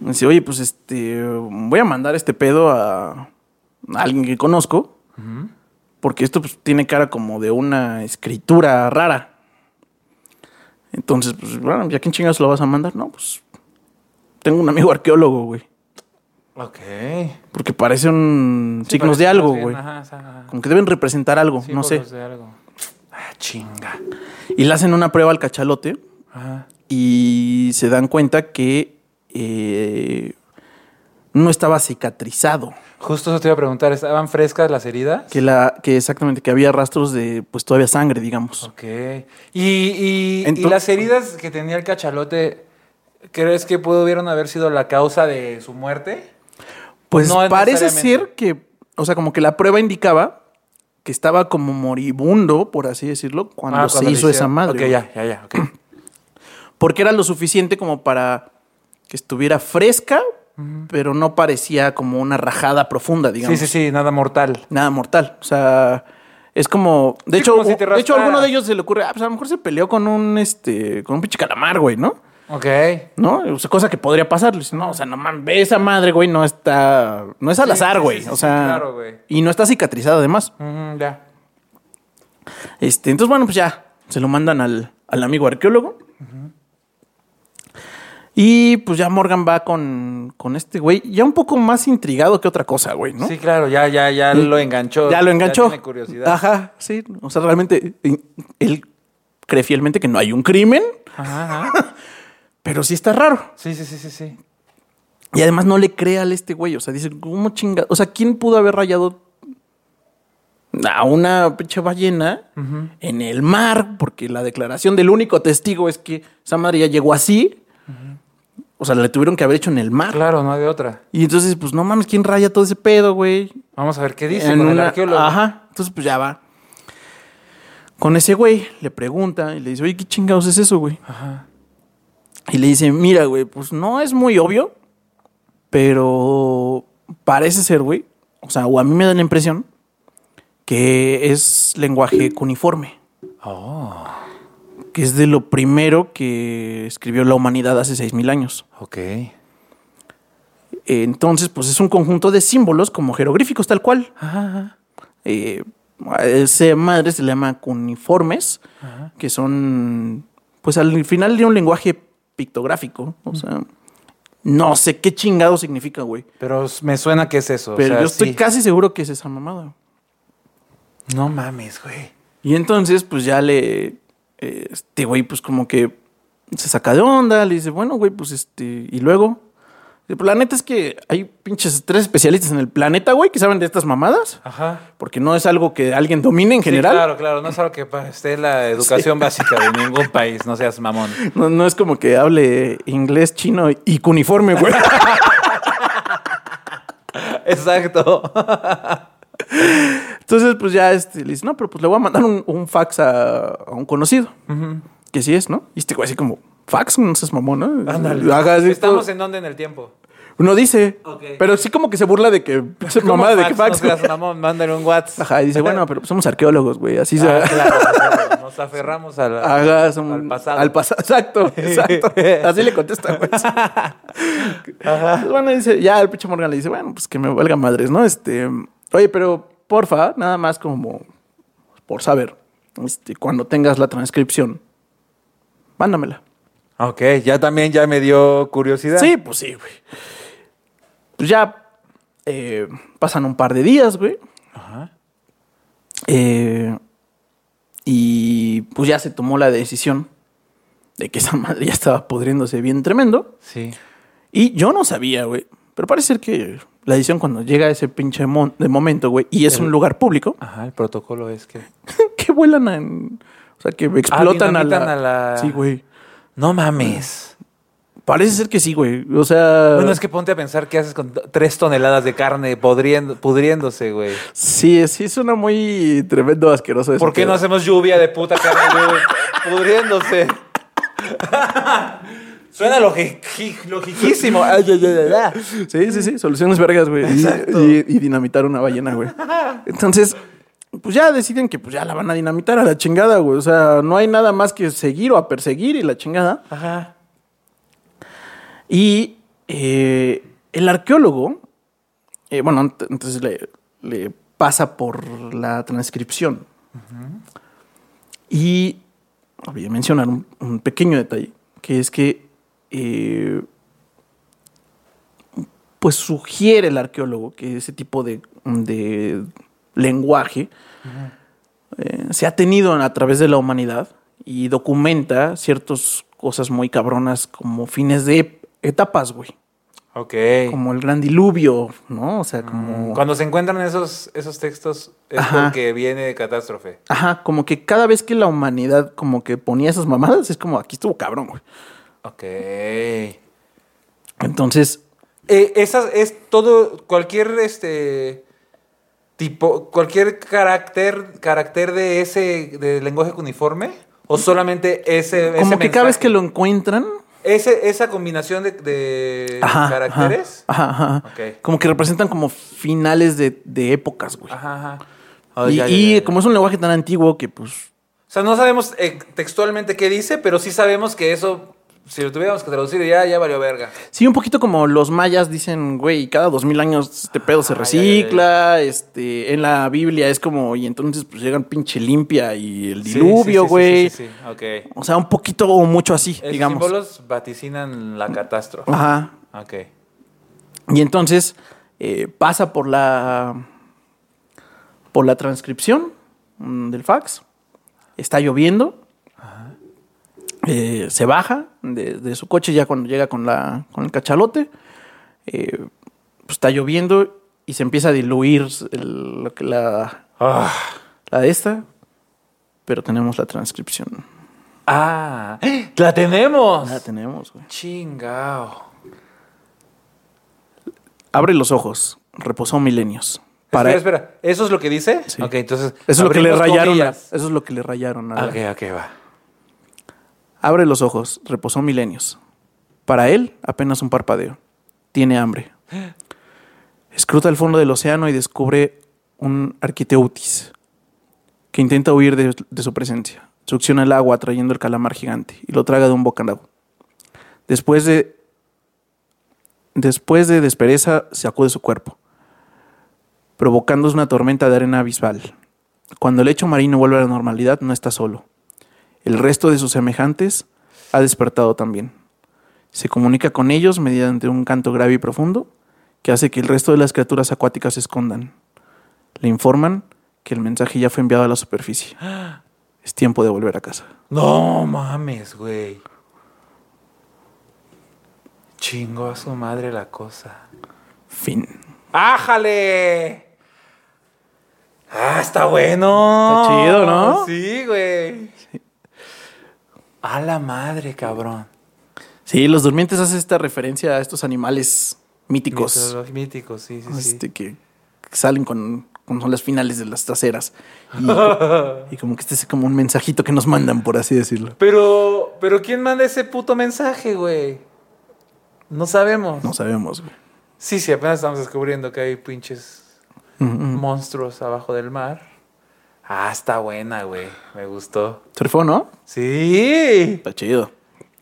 [SPEAKER 1] Dice, oye, pues este. Voy a mandar este pedo a, a alguien que conozco. Porque esto pues, tiene cara como de una escritura rara. Entonces, pues, bueno, ¿ya quién chingados lo vas a mandar? No, pues. Tengo un amigo arqueólogo, güey.
[SPEAKER 2] Ok.
[SPEAKER 1] Porque parece un.
[SPEAKER 2] Sí,
[SPEAKER 1] signos
[SPEAKER 2] parece
[SPEAKER 1] de
[SPEAKER 2] que
[SPEAKER 1] algo,
[SPEAKER 2] más bien,
[SPEAKER 1] güey.
[SPEAKER 2] ajá, ajá, ajá.
[SPEAKER 1] Como que deben representar algo, no sé.
[SPEAKER 2] Símbolos de algo. Ah, chinga.
[SPEAKER 1] Y le hacen una prueba al cachalote
[SPEAKER 2] Ajá.
[SPEAKER 1] y se dan cuenta que eh, no estaba cicatrizado.
[SPEAKER 2] Justo eso te iba a preguntar, ¿estaban frescas las heridas?
[SPEAKER 1] Que, la, que exactamente, que había rastros de, pues todavía sangre, digamos.
[SPEAKER 2] Ok. Y, y- y
[SPEAKER 1] Ento-
[SPEAKER 2] las heridas que tenía el cachalote, ¿crees que pudieron haber sido la causa de su muerte?
[SPEAKER 1] Pues
[SPEAKER 2] No
[SPEAKER 1] parece
[SPEAKER 2] necesariamente.
[SPEAKER 1] ser que, o sea, como que la prueba indicaba que estaba como moribundo, por así decirlo, cuando
[SPEAKER 2] Ah,
[SPEAKER 1] se
[SPEAKER 2] cuando le
[SPEAKER 1] hizo esa
[SPEAKER 2] hicieron-
[SPEAKER 1] madre.
[SPEAKER 2] Ok,
[SPEAKER 1] güey.
[SPEAKER 2] ya, ya, ya. ok.
[SPEAKER 1] Porque era lo suficiente como para que estuviera fresca, pero no parecía como una rajada profunda,
[SPEAKER 2] sí,
[SPEAKER 1] digamos.
[SPEAKER 2] sí, sí, nada mortal.
[SPEAKER 1] nada mortal. O sea, es como. De
[SPEAKER 2] Sí,
[SPEAKER 1] hecho,
[SPEAKER 2] como si te
[SPEAKER 1] de hecho, a
[SPEAKER 2] raspa-
[SPEAKER 1] alguno de ellos se le ocurre, ah, pues a lo mejor se peleó con un este. con un pinche calamar, güey, ¿no?
[SPEAKER 2] Ok.
[SPEAKER 1] ¿No? O sea, cosa que podría pasar. Le dice, no, o sea, no mames, ve esa madre, güey, no está. No es al
[SPEAKER 2] Sí,
[SPEAKER 1] azar,
[SPEAKER 2] sí,
[SPEAKER 1] güey.
[SPEAKER 2] sí,
[SPEAKER 1] o
[SPEAKER 2] sí,
[SPEAKER 1] sea.
[SPEAKER 2] claro, güey.
[SPEAKER 1] Y no está cicatrizada, además.
[SPEAKER 2] Ujú, Mm, ya.
[SPEAKER 1] Este, entonces, bueno, pues ya. Se lo mandan al, al amigo arqueólogo. Y pues ya Morgan va con, con este güey, ya un poco más intrigado que otra cosa, güey, ¿no?
[SPEAKER 2] Sí, claro, ya, ya, ya lo enganchó.
[SPEAKER 1] Ya lo enganchó.
[SPEAKER 2] tiene curiosidad.
[SPEAKER 1] Ajá, sí. O sea, realmente eh, él cree fielmente que no hay un crimen,
[SPEAKER 2] Ajá, ajá.
[SPEAKER 1] pero sí está raro.
[SPEAKER 2] Sí, sí, sí, sí, sí.
[SPEAKER 1] Y además no le cree al este güey. O sea, dice, ¿cómo chinga? O sea, ¿quién pudo haber rayado a una pinche ballena en el mar? Porque la declaración del único testigo es que esa madre ya llegó así. O sea, le tuvieron que haber hecho en el mar.
[SPEAKER 2] Claro, no hay de otra.
[SPEAKER 1] Y entonces, pues no mames, ¿quién raya todo ese pedo, güey?
[SPEAKER 2] Vamos a ver qué dice
[SPEAKER 1] En
[SPEAKER 2] con el
[SPEAKER 1] una-
[SPEAKER 2] arqueólogo.
[SPEAKER 1] Ajá. Entonces, pues ya va. Con ese güey le pregunta y le dice, oye, ¿qué chingados es eso, güey?
[SPEAKER 2] Ajá.
[SPEAKER 1] Y le dice, mira, güey, pues no es muy obvio, pero parece ser, güey. O sea, o a mí me da la impresión que es lenguaje cuniforme,
[SPEAKER 2] Oh,
[SPEAKER 1] que es de lo primero que escribió la humanidad hace 6.000 años.
[SPEAKER 2] ok.
[SPEAKER 1] Entonces, pues es un conjunto de símbolos como jeroglíficos tal cual.
[SPEAKER 2] Ajá, ajá.
[SPEAKER 1] Eh, a ese madre se le llama cuniformes, que son, pues al final de un lenguaje pictográfico. O sea,
[SPEAKER 2] Mm.
[SPEAKER 1] no sé qué chingado significa, güey.
[SPEAKER 2] Pero me suena que es eso. o
[SPEAKER 1] Pero
[SPEAKER 2] sea,
[SPEAKER 1] yo estoy
[SPEAKER 2] sí.
[SPEAKER 1] casi seguro que es esa mamada.
[SPEAKER 2] No mames, güey.
[SPEAKER 1] Y entonces, pues ya le. eh, Este güey, pues como que se saca de onda, le dice, bueno, güey, pues este. Y luego. Dice, "Pues, La neta es que hay pinches tres especialistas en el planeta, güey, que saben de estas mamadas.
[SPEAKER 2] Ajá.
[SPEAKER 1] Porque no es algo que alguien domine en
[SPEAKER 2] Sí,
[SPEAKER 1] general.
[SPEAKER 2] claro, claro. No es algo que pa- esté en la educación básica de ningún país. No seas mamón.
[SPEAKER 1] No, no es como que hable inglés, chino y cuniforme, güey.
[SPEAKER 2] Exacto.
[SPEAKER 1] Entonces, pues ya este, le dice, no, pero pues le voy a mandar un, un fax a, a un conocido. Que sí es, ¿no? Y este güey así como, fax, no seas mamón, ¿no? Haga así,
[SPEAKER 2] ¿Estamos
[SPEAKER 1] todo.
[SPEAKER 2] en dónde en el tiempo?
[SPEAKER 1] No dice.
[SPEAKER 2] Ok.
[SPEAKER 1] Pero sí como que se burla de que...
[SPEAKER 2] ¿Cómo
[SPEAKER 1] Mamada de que
[SPEAKER 2] fax?
[SPEAKER 1] fax.
[SPEAKER 2] No seas mamón, mándale un WhatsApp.
[SPEAKER 1] Ajá, y dice, bueno, pero pues, somos arqueólogos, güey. Así se...
[SPEAKER 2] Ah, claro, claro, Nos aferramos a la-
[SPEAKER 1] Ajá, son-
[SPEAKER 2] al pasado.
[SPEAKER 1] Al pasado, exacto, exacto. Así le contesta, güey. Ajá. Bueno, dice, ya el pinche Morgan le dice, bueno, pues que me valga madres, ¿no? Este, oye, pero porfa, nada más como por saber, este, cuando tengas la transcripción, mándamela.
[SPEAKER 2] Ok, ya también ya me dio curiosidad.
[SPEAKER 1] Sí, pues sí, güey. Pues ya eh, pasan un par de días, güey.
[SPEAKER 2] Ajá.
[SPEAKER 1] Eh, y pues ya se tomó la decisión de que esa madre ya estaba pudriéndose bien tremendo.
[SPEAKER 2] Sí.
[SPEAKER 1] Y yo no sabía, güey. Pero parece ser que la edición cuando llega a ese pinche mon- de momento, güey, y es un lugar público,
[SPEAKER 2] Ajá, el protocolo es que.
[SPEAKER 1] que vuelan a... en- o sea, que explotan a, la...
[SPEAKER 2] Ah, dinamitan a la-
[SPEAKER 1] Sí, güey.
[SPEAKER 2] No mames.
[SPEAKER 1] Parece ser que sí, güey. O sea...
[SPEAKER 2] Bueno, es que ponte a pensar qué haces con t- tres toneladas de carne podriendo- pudriéndose, güey.
[SPEAKER 1] Sí, sí, suena muy tremendo, asqueroso. ese
[SPEAKER 2] ¿Por qué
[SPEAKER 1] pedo.
[SPEAKER 2] no hacemos lluvia de puta carne güey, pudriéndose? Suena logi- logiquísimo. Ay, ay, ay, ay, ay.
[SPEAKER 1] Sí, sí, sí, soluciones vergas, güey. Y, y- y dinamitar una ballena, güey. Entonces, pues ya deciden que pues ya la van a dinamitar a la chingada, güey. O sea, no hay nada más que seguir o a perseguir y la chingada.
[SPEAKER 2] Ajá.
[SPEAKER 1] Y eh, el arqueólogo, eh, bueno, ent- entonces le, le pasa por la transcripción. Y voy a mencionar un, un pequeño detalle, que es que, eh, pues sugiere el arqueólogo que ese tipo de, de lenguaje eh, se ha tenido a través de la humanidad y documenta ciertas cosas muy cabronas como fines de etapas, güey.
[SPEAKER 2] Ok.
[SPEAKER 1] Como el gran diluvio, ¿no? O sea,
[SPEAKER 2] mm,
[SPEAKER 1] como...
[SPEAKER 2] Cuando se encuentran esos, esos textos es
[SPEAKER 1] Ajá.
[SPEAKER 2] porque viene de catástrofe.
[SPEAKER 1] Ajá, como que cada vez que la humanidad como que ponía esas mamadas, es como, aquí estuvo cabrón, güey.
[SPEAKER 2] Ok. Eh,
[SPEAKER 1] Entonces,
[SPEAKER 2] esas es todo, cualquier este tipo, cualquier carácter, carácter de ese de lenguaje uniforme o solamente ese.
[SPEAKER 1] como que cada vez que lo encuentran...
[SPEAKER 2] esa combinación de, de
[SPEAKER 1] Ajá,
[SPEAKER 2] caracteres.
[SPEAKER 1] Ajá, ajá, ajá.
[SPEAKER 2] Ok.
[SPEAKER 1] Como que representan como finales de, de épocas, güey.
[SPEAKER 2] Ajá,
[SPEAKER 1] y
[SPEAKER 2] ajá. Ay, Ah, oh, ya, ya,
[SPEAKER 1] y
[SPEAKER 2] ya, ya.
[SPEAKER 1] como es un lenguaje tan antiguo que pues...
[SPEAKER 2] O sea, no sabemos eh, textualmente qué dice, pero sí sabemos que eso si lo tuviéramos que traducir ya, ya valió verga.
[SPEAKER 1] Sí, un poquito como los mayas dicen, güey, cada dos mil años este pedo se
[SPEAKER 2] Ah, ya, ya, ya.
[SPEAKER 1] recicla, este, en la Biblia es como, y entonces pues llegan pinche limpia y el
[SPEAKER 2] Sí, sí, sí,
[SPEAKER 1] diluvio,
[SPEAKER 2] sí,
[SPEAKER 1] güey.
[SPEAKER 2] Sí, sí, sí, ok.
[SPEAKER 1] O sea, un poquito o mucho así,
[SPEAKER 2] Esos
[SPEAKER 1] digamos. Ah.
[SPEAKER 2] símbolos vaticinan la catástrofe.
[SPEAKER 1] Ajá.
[SPEAKER 2] Ok.
[SPEAKER 1] Y entonces eh, pasa por la por la transcripción mm, del fax. Está lloviendo. Eh, se baja de, de su coche ya cuando llega con la con el cachalote. Eh, pues, está lloviendo y se empieza a diluir el- lo que la,
[SPEAKER 2] Ah.
[SPEAKER 1] la de esta. Pero tenemos la transcripción.
[SPEAKER 2] Ah, la tenemos.
[SPEAKER 1] La tenemos, güey.
[SPEAKER 2] Chingao.
[SPEAKER 1] Abre los ojos. Reposó milenios.
[SPEAKER 2] Espera, espera. ¿Eso es lo que dice?
[SPEAKER 1] Sí.
[SPEAKER 2] Ok, entonces.
[SPEAKER 1] Eso es lo que le
[SPEAKER 2] abrimos
[SPEAKER 1] rayaron. a-
[SPEAKER 2] comillas.
[SPEAKER 1] eso es lo que le rayaron. a la-
[SPEAKER 2] Ok, ok, va.
[SPEAKER 1] Abre los ojos, reposó milenios. Para él, apenas un parpadeo. Tiene hambre. Escruta el fondo del océano y descubre un arquiteutis que intenta huir de, de su presencia. Succiona el agua trayendo el calamar gigante y lo traga de un bocado. Después de después de despereza se acude su cuerpo, provocando una tormenta de arena abismal. Cuando el hecho marino vuelve a la normalidad, no está solo. El resto de sus semejantes ha despertado también. Se comunica con ellos mediante un canto grave y profundo que hace que el resto de las criaturas acuáticas se escondan. Le informan que el mensaje ya fue enviado a la superficie. Es tiempo de volver a casa.
[SPEAKER 2] No mames, güey. Chingo a su madre la cosa.
[SPEAKER 1] Fin.
[SPEAKER 2] ¡Ájale! Ah, está bueno.
[SPEAKER 1] Está chido, ¿no?
[SPEAKER 2] Sí, güey. A la madre, cabrón.
[SPEAKER 1] Sí, Los Durmientes hace esta referencia a estos animales míticos
[SPEAKER 2] Mitolog- Míticos, sí, sí, sí.
[SPEAKER 1] este, que que salen con, con son las finales de las traseras. Y, y como que este es como un mensajito que nos mandan, por así decirlo.
[SPEAKER 2] Pero, pero ¿quién manda ese puto mensaje, güey? No sabemos.
[SPEAKER 1] No sabemos, güey.
[SPEAKER 2] Sí, sí, apenas estamos descubriendo que hay pinches
[SPEAKER 1] Mm, mm.
[SPEAKER 2] monstruos abajo del mar. Ah, está buena, güey. Me gustó.
[SPEAKER 1] Surfó, ¿no?
[SPEAKER 2] Sí.
[SPEAKER 1] Está chido.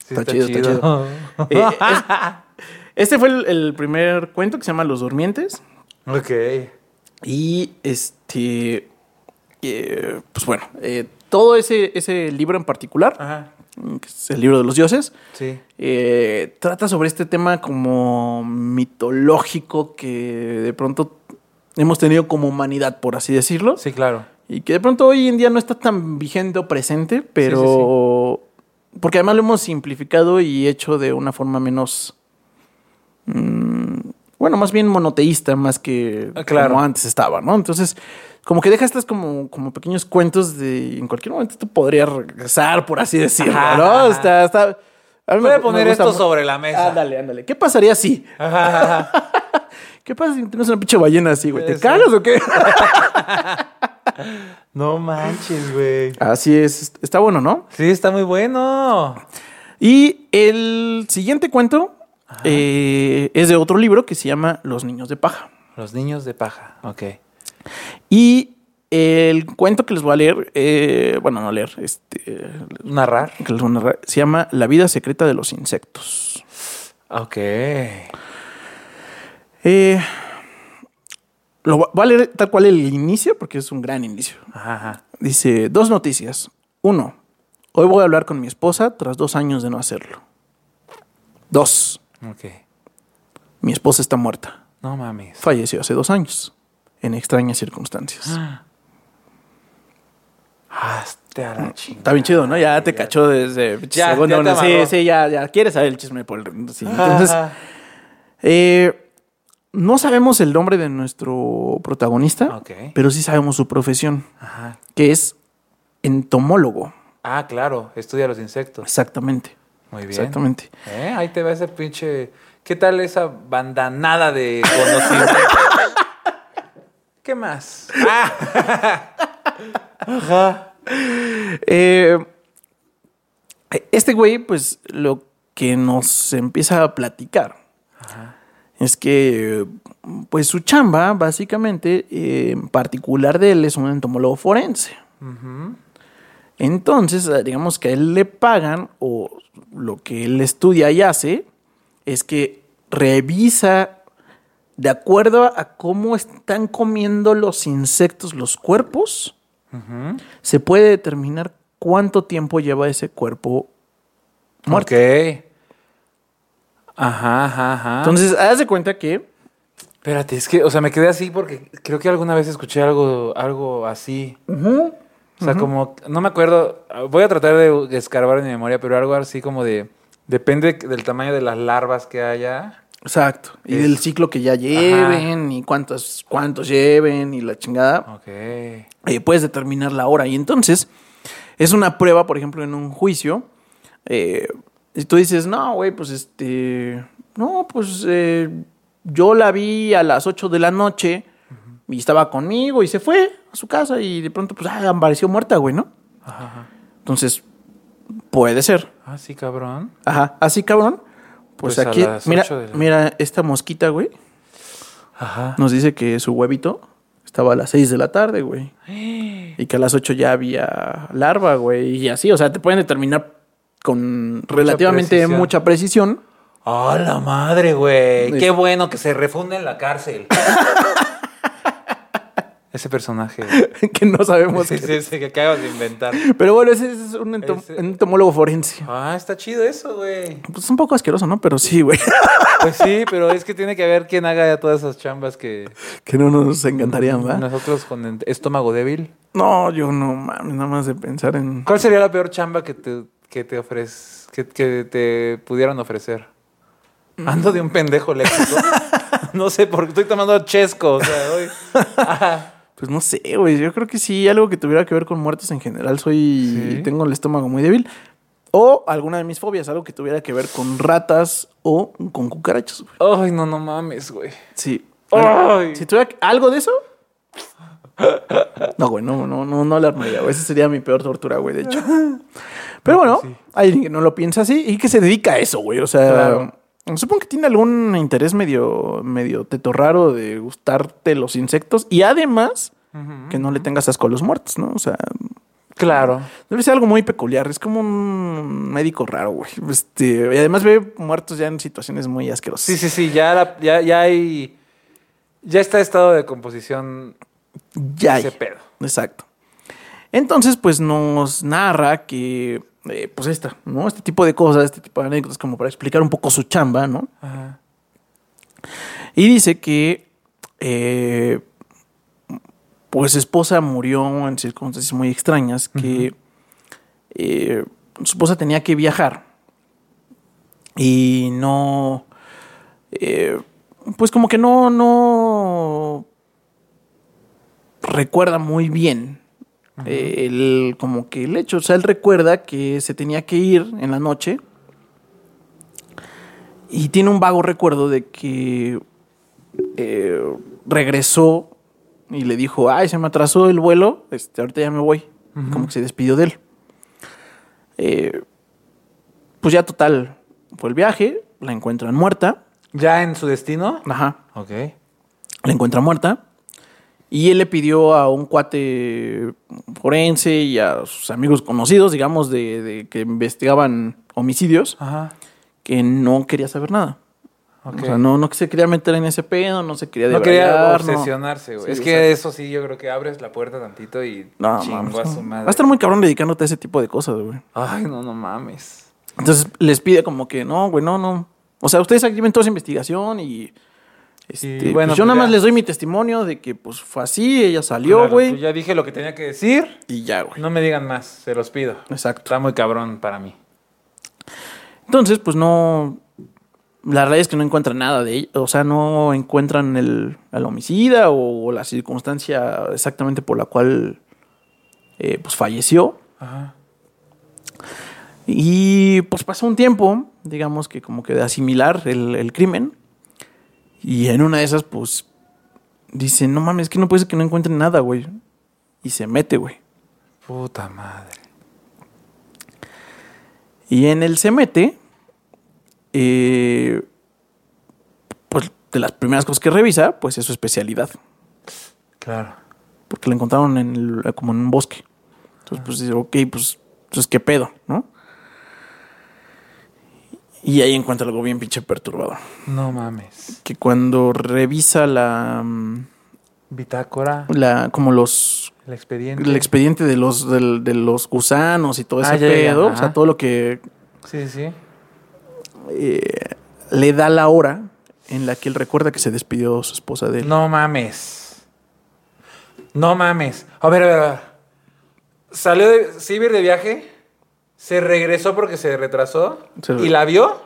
[SPEAKER 2] Sí,
[SPEAKER 1] Está chido, está chido. Eh, Este fue el, el primer cuento que se llama Los Durmientes.
[SPEAKER 2] ok.
[SPEAKER 1] Y este. eh, pues bueno, eh, todo ese, ese libro en particular,
[SPEAKER 2] Ajá.
[SPEAKER 1] que es el libro de los dioses,
[SPEAKER 2] Sí.
[SPEAKER 1] eh, trata sobre este tema como mitológico que de pronto hemos tenido como humanidad, por así decirlo.
[SPEAKER 2] Sí, claro.
[SPEAKER 1] Y que de pronto hoy en día no está tan vigente o presente, pero. Porque además lo hemos simplificado y hecho de una forma menos. mm, bueno, más bien monoteísta, más que
[SPEAKER 2] Ah, claro.
[SPEAKER 1] como antes estaba, ¿no? Entonces, como que deja estas como, como pequeños cuentos de. En cualquier momento tú podrías regresar, por así decirlo,
[SPEAKER 2] Ajá,
[SPEAKER 1] ¿no?
[SPEAKER 2] ajá.
[SPEAKER 1] Está. está a mí
[SPEAKER 2] Voy
[SPEAKER 1] me-
[SPEAKER 2] a poner
[SPEAKER 1] me gusta
[SPEAKER 2] esto
[SPEAKER 1] mu-
[SPEAKER 2] sobre la mesa.
[SPEAKER 1] Ándale, ándale. ¿Qué pasaría si?
[SPEAKER 2] Ajá, ajá.
[SPEAKER 1] ¿Qué pasa si tienes una pinche ballena así, güey? ¿Te
[SPEAKER 2] Sí.
[SPEAKER 1] cagas o qué?
[SPEAKER 2] No manches, güey.
[SPEAKER 1] Así es. Está bueno, ¿no?
[SPEAKER 2] Sí, está muy bueno.
[SPEAKER 1] Y el siguiente cuento eh, es de otro libro que se llama Los niños de paja.
[SPEAKER 2] Los niños de paja. Ok.
[SPEAKER 1] Y el cuento que les voy a leer, eh, bueno, no leer, este, que
[SPEAKER 2] Narrar.
[SPEAKER 1] les voy a narrar, se llama La vida secreta de los insectos.
[SPEAKER 2] Ok.
[SPEAKER 1] Eh, lo va- voy a leer tal cual el inicio, porque es un gran inicio.
[SPEAKER 2] Ajá, ajá.
[SPEAKER 1] Dice, dos noticias. Uno, hoy voy a hablar con mi esposa tras dos años de no hacerlo. Dos,
[SPEAKER 2] Ok.
[SPEAKER 1] mi esposa está muerta.
[SPEAKER 2] No mames.
[SPEAKER 1] falleció hace dos años, en extrañas circunstancias.
[SPEAKER 2] Hasta la chingada.
[SPEAKER 1] Está bien chido, ¿no? Ya te cachó desde
[SPEAKER 2] Ya,
[SPEAKER 1] segundo
[SPEAKER 2] ya te
[SPEAKER 1] uno. Sí,
[SPEAKER 2] amarró. Ah.
[SPEAKER 1] sí, ya, ya. Quieres saber el chisme por el... sí. Entonces,
[SPEAKER 2] Entonces,
[SPEAKER 1] eh, no sabemos el nombre de nuestro protagonista,
[SPEAKER 2] Ok.
[SPEAKER 1] pero sí sabemos su profesión,
[SPEAKER 2] Ajá.
[SPEAKER 1] que es entomólogo.
[SPEAKER 2] Ah, claro, estudia los insectos.
[SPEAKER 1] Exactamente.
[SPEAKER 2] Muy bien.
[SPEAKER 1] Exactamente.
[SPEAKER 2] ¿Eh? Ahí te va ese pinche. ¿Qué tal esa bandanada de conocimiento? ¿Qué más?
[SPEAKER 1] Ah. Eh, este güey, pues lo que nos empieza a platicar es que, pues su chamba, básicamente, eh, en particular de él, es un entomólogo forense. Entonces, eh, digamos que a él le pagan o lo que él estudia y hace es que revisa de acuerdo a cómo están comiendo los insectos los cuerpos, se puede determinar cuánto tiempo lleva ese cuerpo muerto.
[SPEAKER 2] Ok. Ajá, ajá, ajá.
[SPEAKER 1] Entonces, haz de cuenta que
[SPEAKER 2] Espérate, es que, o sea, me quedé así porque creo que alguna vez escuché algo, algo así. O sea, como, no me acuerdo, voy a tratar de escarbar en mi memoria, pero algo así como de, depende del tamaño de las larvas que haya.
[SPEAKER 1] Exacto. Y
[SPEAKER 2] Es-
[SPEAKER 1] del ciclo que ya lleven y cuántos, cuántos lleven y la chingada.
[SPEAKER 2] Ok.
[SPEAKER 1] eh, puedes determinar la hora. Y entonces es una prueba, por ejemplo, en un juicio. eh, y tú dices, no, güey, pues este... No, pues eh, yo la vi a las 8 de la noche y estaba conmigo y se fue a su casa y de pronto pues ah, apareció muerta, güey, ¿no?
[SPEAKER 2] Ajá, ajá.
[SPEAKER 1] Entonces, puede ser.
[SPEAKER 2] Ah, sí, cabrón.
[SPEAKER 1] Ajá, así cabrón. Pues,
[SPEAKER 2] Pues a
[SPEAKER 1] aquí,
[SPEAKER 2] las
[SPEAKER 1] mira,
[SPEAKER 2] ocho de la-
[SPEAKER 1] mira esta mosquita, güey.
[SPEAKER 2] Ajá.
[SPEAKER 1] Nos dice que su huevito estaba a las 6 de la tarde, güey. Y que a las 8 ya había larva, güey. Y así, o sea, te pueden determinar con relativamente
[SPEAKER 2] precisión.
[SPEAKER 1] mucha precisión.
[SPEAKER 2] ¡Ah, la madre, güey! ¡Qué bueno que se refunde en la cárcel! Ese personaje.
[SPEAKER 1] que no sabemos.
[SPEAKER 2] Sí,
[SPEAKER 1] qué-
[SPEAKER 2] sí, sí, que acabas de inventar.
[SPEAKER 1] Pero bueno, ese ese es un, entom-
[SPEAKER 2] Ese-
[SPEAKER 1] un entomólogo forense.
[SPEAKER 2] Ah, está chido eso, güey.
[SPEAKER 1] Pues un poco asqueroso, ¿no? Pero sí, güey.
[SPEAKER 2] Pues sí, pero es que tiene que haber quien haga ya todas esas chambas que
[SPEAKER 1] que no nos encantarían, ¿verdad?
[SPEAKER 2] nosotros con ent- estómago débil.
[SPEAKER 1] No, yo no mames, nada más de pensar en.
[SPEAKER 2] ¿Cuál sería la peor chamba que te, que te ofrez- que, que te pudieran ofrecer?
[SPEAKER 1] Mm.
[SPEAKER 2] Ando de un pendejo léxico. No sé, porque estoy tomando chesco, o sea, hoy. Ajá.
[SPEAKER 1] Pues no sé, güey. Yo creo que sí, algo que tuviera que ver con muertos en general. Soy.
[SPEAKER 2] Sí.
[SPEAKER 1] Tengo el estómago muy débil. O alguna de mis fobias, algo que tuviera que ver con ratas o con cucarachas, güey.
[SPEAKER 2] Ay, no, no mames, güey.
[SPEAKER 1] Sí.
[SPEAKER 2] Ay.
[SPEAKER 1] Si tuviera que- algo de eso. No, güey, no, no, no, no la armaría, güey. Esa sería mi peor tortura, güey, de hecho. Pero bueno,
[SPEAKER 2] pues Sí.
[SPEAKER 1] hay alguien que no lo piensa así y que se dedica a eso, güey. O sea,
[SPEAKER 2] Claro.
[SPEAKER 1] supongo que tiene algún interés medio, medio teto raro de gustarte los insectos y además
[SPEAKER 2] Ujú.
[SPEAKER 1] que no le tengas asco a los muertos, ¿no? O sea,
[SPEAKER 2] Claro.
[SPEAKER 1] debe ser algo muy peculiar. Es como un médico raro, güey. Este, y además ve muertos ya en situaciones muy asquerosas.
[SPEAKER 2] Sí, sí, sí, ya, la- ya, ya hay. Ya está estado de composición
[SPEAKER 1] Ya.
[SPEAKER 2] ese
[SPEAKER 1] hay.
[SPEAKER 2] pedo.
[SPEAKER 1] Exacto. Entonces, pues nos narra que, eh, pues esta, ¿no? Este tipo de cosas, este tipo de anécdotas, como para explicar un poco su chamba, ¿no?
[SPEAKER 2] Ajá.
[SPEAKER 1] Y dice que, eh, pues su esposa murió en circunstancias muy extrañas, que eh, su esposa tenía que viajar y no, eh, pues como que no, no recuerda muy bien. eh, el, como que el hecho, o sea, él recuerda que se tenía que ir en la noche y tiene un vago recuerdo de que eh, regresó y le dijo, ay, se me atrasó el vuelo, este, ahorita ya me voy. Y Como que se despidió de él. Eh, pues ya total, fue el viaje, la encuentran muerta,
[SPEAKER 2] ¿Ya en su destino?
[SPEAKER 1] ajá,
[SPEAKER 2] Ok.
[SPEAKER 1] la encuentran muerta. Y él le pidió a un cuate forense y a sus amigos conocidos, digamos, de, de que investigaban homicidios,
[SPEAKER 2] Ajá.
[SPEAKER 1] que no quería saber nada.
[SPEAKER 2] Ok.
[SPEAKER 1] O sea, no, no se quería meter en ese pedo, no se quería
[SPEAKER 2] No quería
[SPEAKER 1] debrayar, no.
[SPEAKER 2] obsesionarse, güey.
[SPEAKER 1] Sí,
[SPEAKER 2] es que
[SPEAKER 1] exacto.
[SPEAKER 2] eso sí, yo creo que abres la puerta tantito y
[SPEAKER 1] No,
[SPEAKER 2] chingo
[SPEAKER 1] mames,
[SPEAKER 2] a
[SPEAKER 1] no.
[SPEAKER 2] su madre.
[SPEAKER 1] Va a estar muy cabrón dedicándote a ese tipo de cosas, güey.
[SPEAKER 2] Ay, no, no mames.
[SPEAKER 1] Entonces les pide como que no, güey, no, no. O sea, ustedes aquí ven toda esa investigación y. Este,
[SPEAKER 2] bueno,
[SPEAKER 1] pues yo
[SPEAKER 2] pues
[SPEAKER 1] nada
[SPEAKER 2] ya.
[SPEAKER 1] más les doy mi testimonio de que pues fue así, ella salió,
[SPEAKER 2] Claro,
[SPEAKER 1] güey.
[SPEAKER 2] pues Ya dije lo que tenía que decir.
[SPEAKER 1] Y ya, güey.
[SPEAKER 2] No me digan más, se los pido.
[SPEAKER 1] Exacto.
[SPEAKER 2] Está muy cabrón para mí.
[SPEAKER 1] Entonces, pues no. La realidad es que no encuentran nada de ella. O sea, no encuentran el, al homicida o, la circunstancia exactamente por la cual eh, pues falleció.
[SPEAKER 2] Ajá.
[SPEAKER 1] Y pues pasó un tiempo, digamos que como que de asimilar el, el crimen. Y en una de esas, pues, dice, no mames, es que no puede ser que no encuentren nada, güey. Y se mete, güey.
[SPEAKER 2] Puta madre.
[SPEAKER 1] Y en el se mete, eh, pues de las primeras cosas que revisa, pues es su especialidad.
[SPEAKER 2] Claro.
[SPEAKER 1] Porque la encontraron en el- como en un bosque. Entonces Entonces, pues dice, ok, pues, pues qué pedo, ¿no? Y ahí encuentra algo bien pinche perturbador.
[SPEAKER 2] No mames.
[SPEAKER 1] Que cuando revisa la, mm,
[SPEAKER 2] Bitácora,
[SPEAKER 1] la como los,
[SPEAKER 2] el expediente.
[SPEAKER 1] el expediente de los, del- de los gusanos y todo ese
[SPEAKER 2] Ah, ya, ya, ya,
[SPEAKER 1] pedo, o sea,
[SPEAKER 2] ajá.
[SPEAKER 1] todo lo que
[SPEAKER 2] sí, sí.
[SPEAKER 1] eh, le da la hora en la que él recuerda que se despidió su esposa de él.
[SPEAKER 2] No mames. No mames. A ver, a ver, a ver. Salió de Sibir de viaje, se regresó porque se retrasó
[SPEAKER 1] Se re-
[SPEAKER 2] y la vio.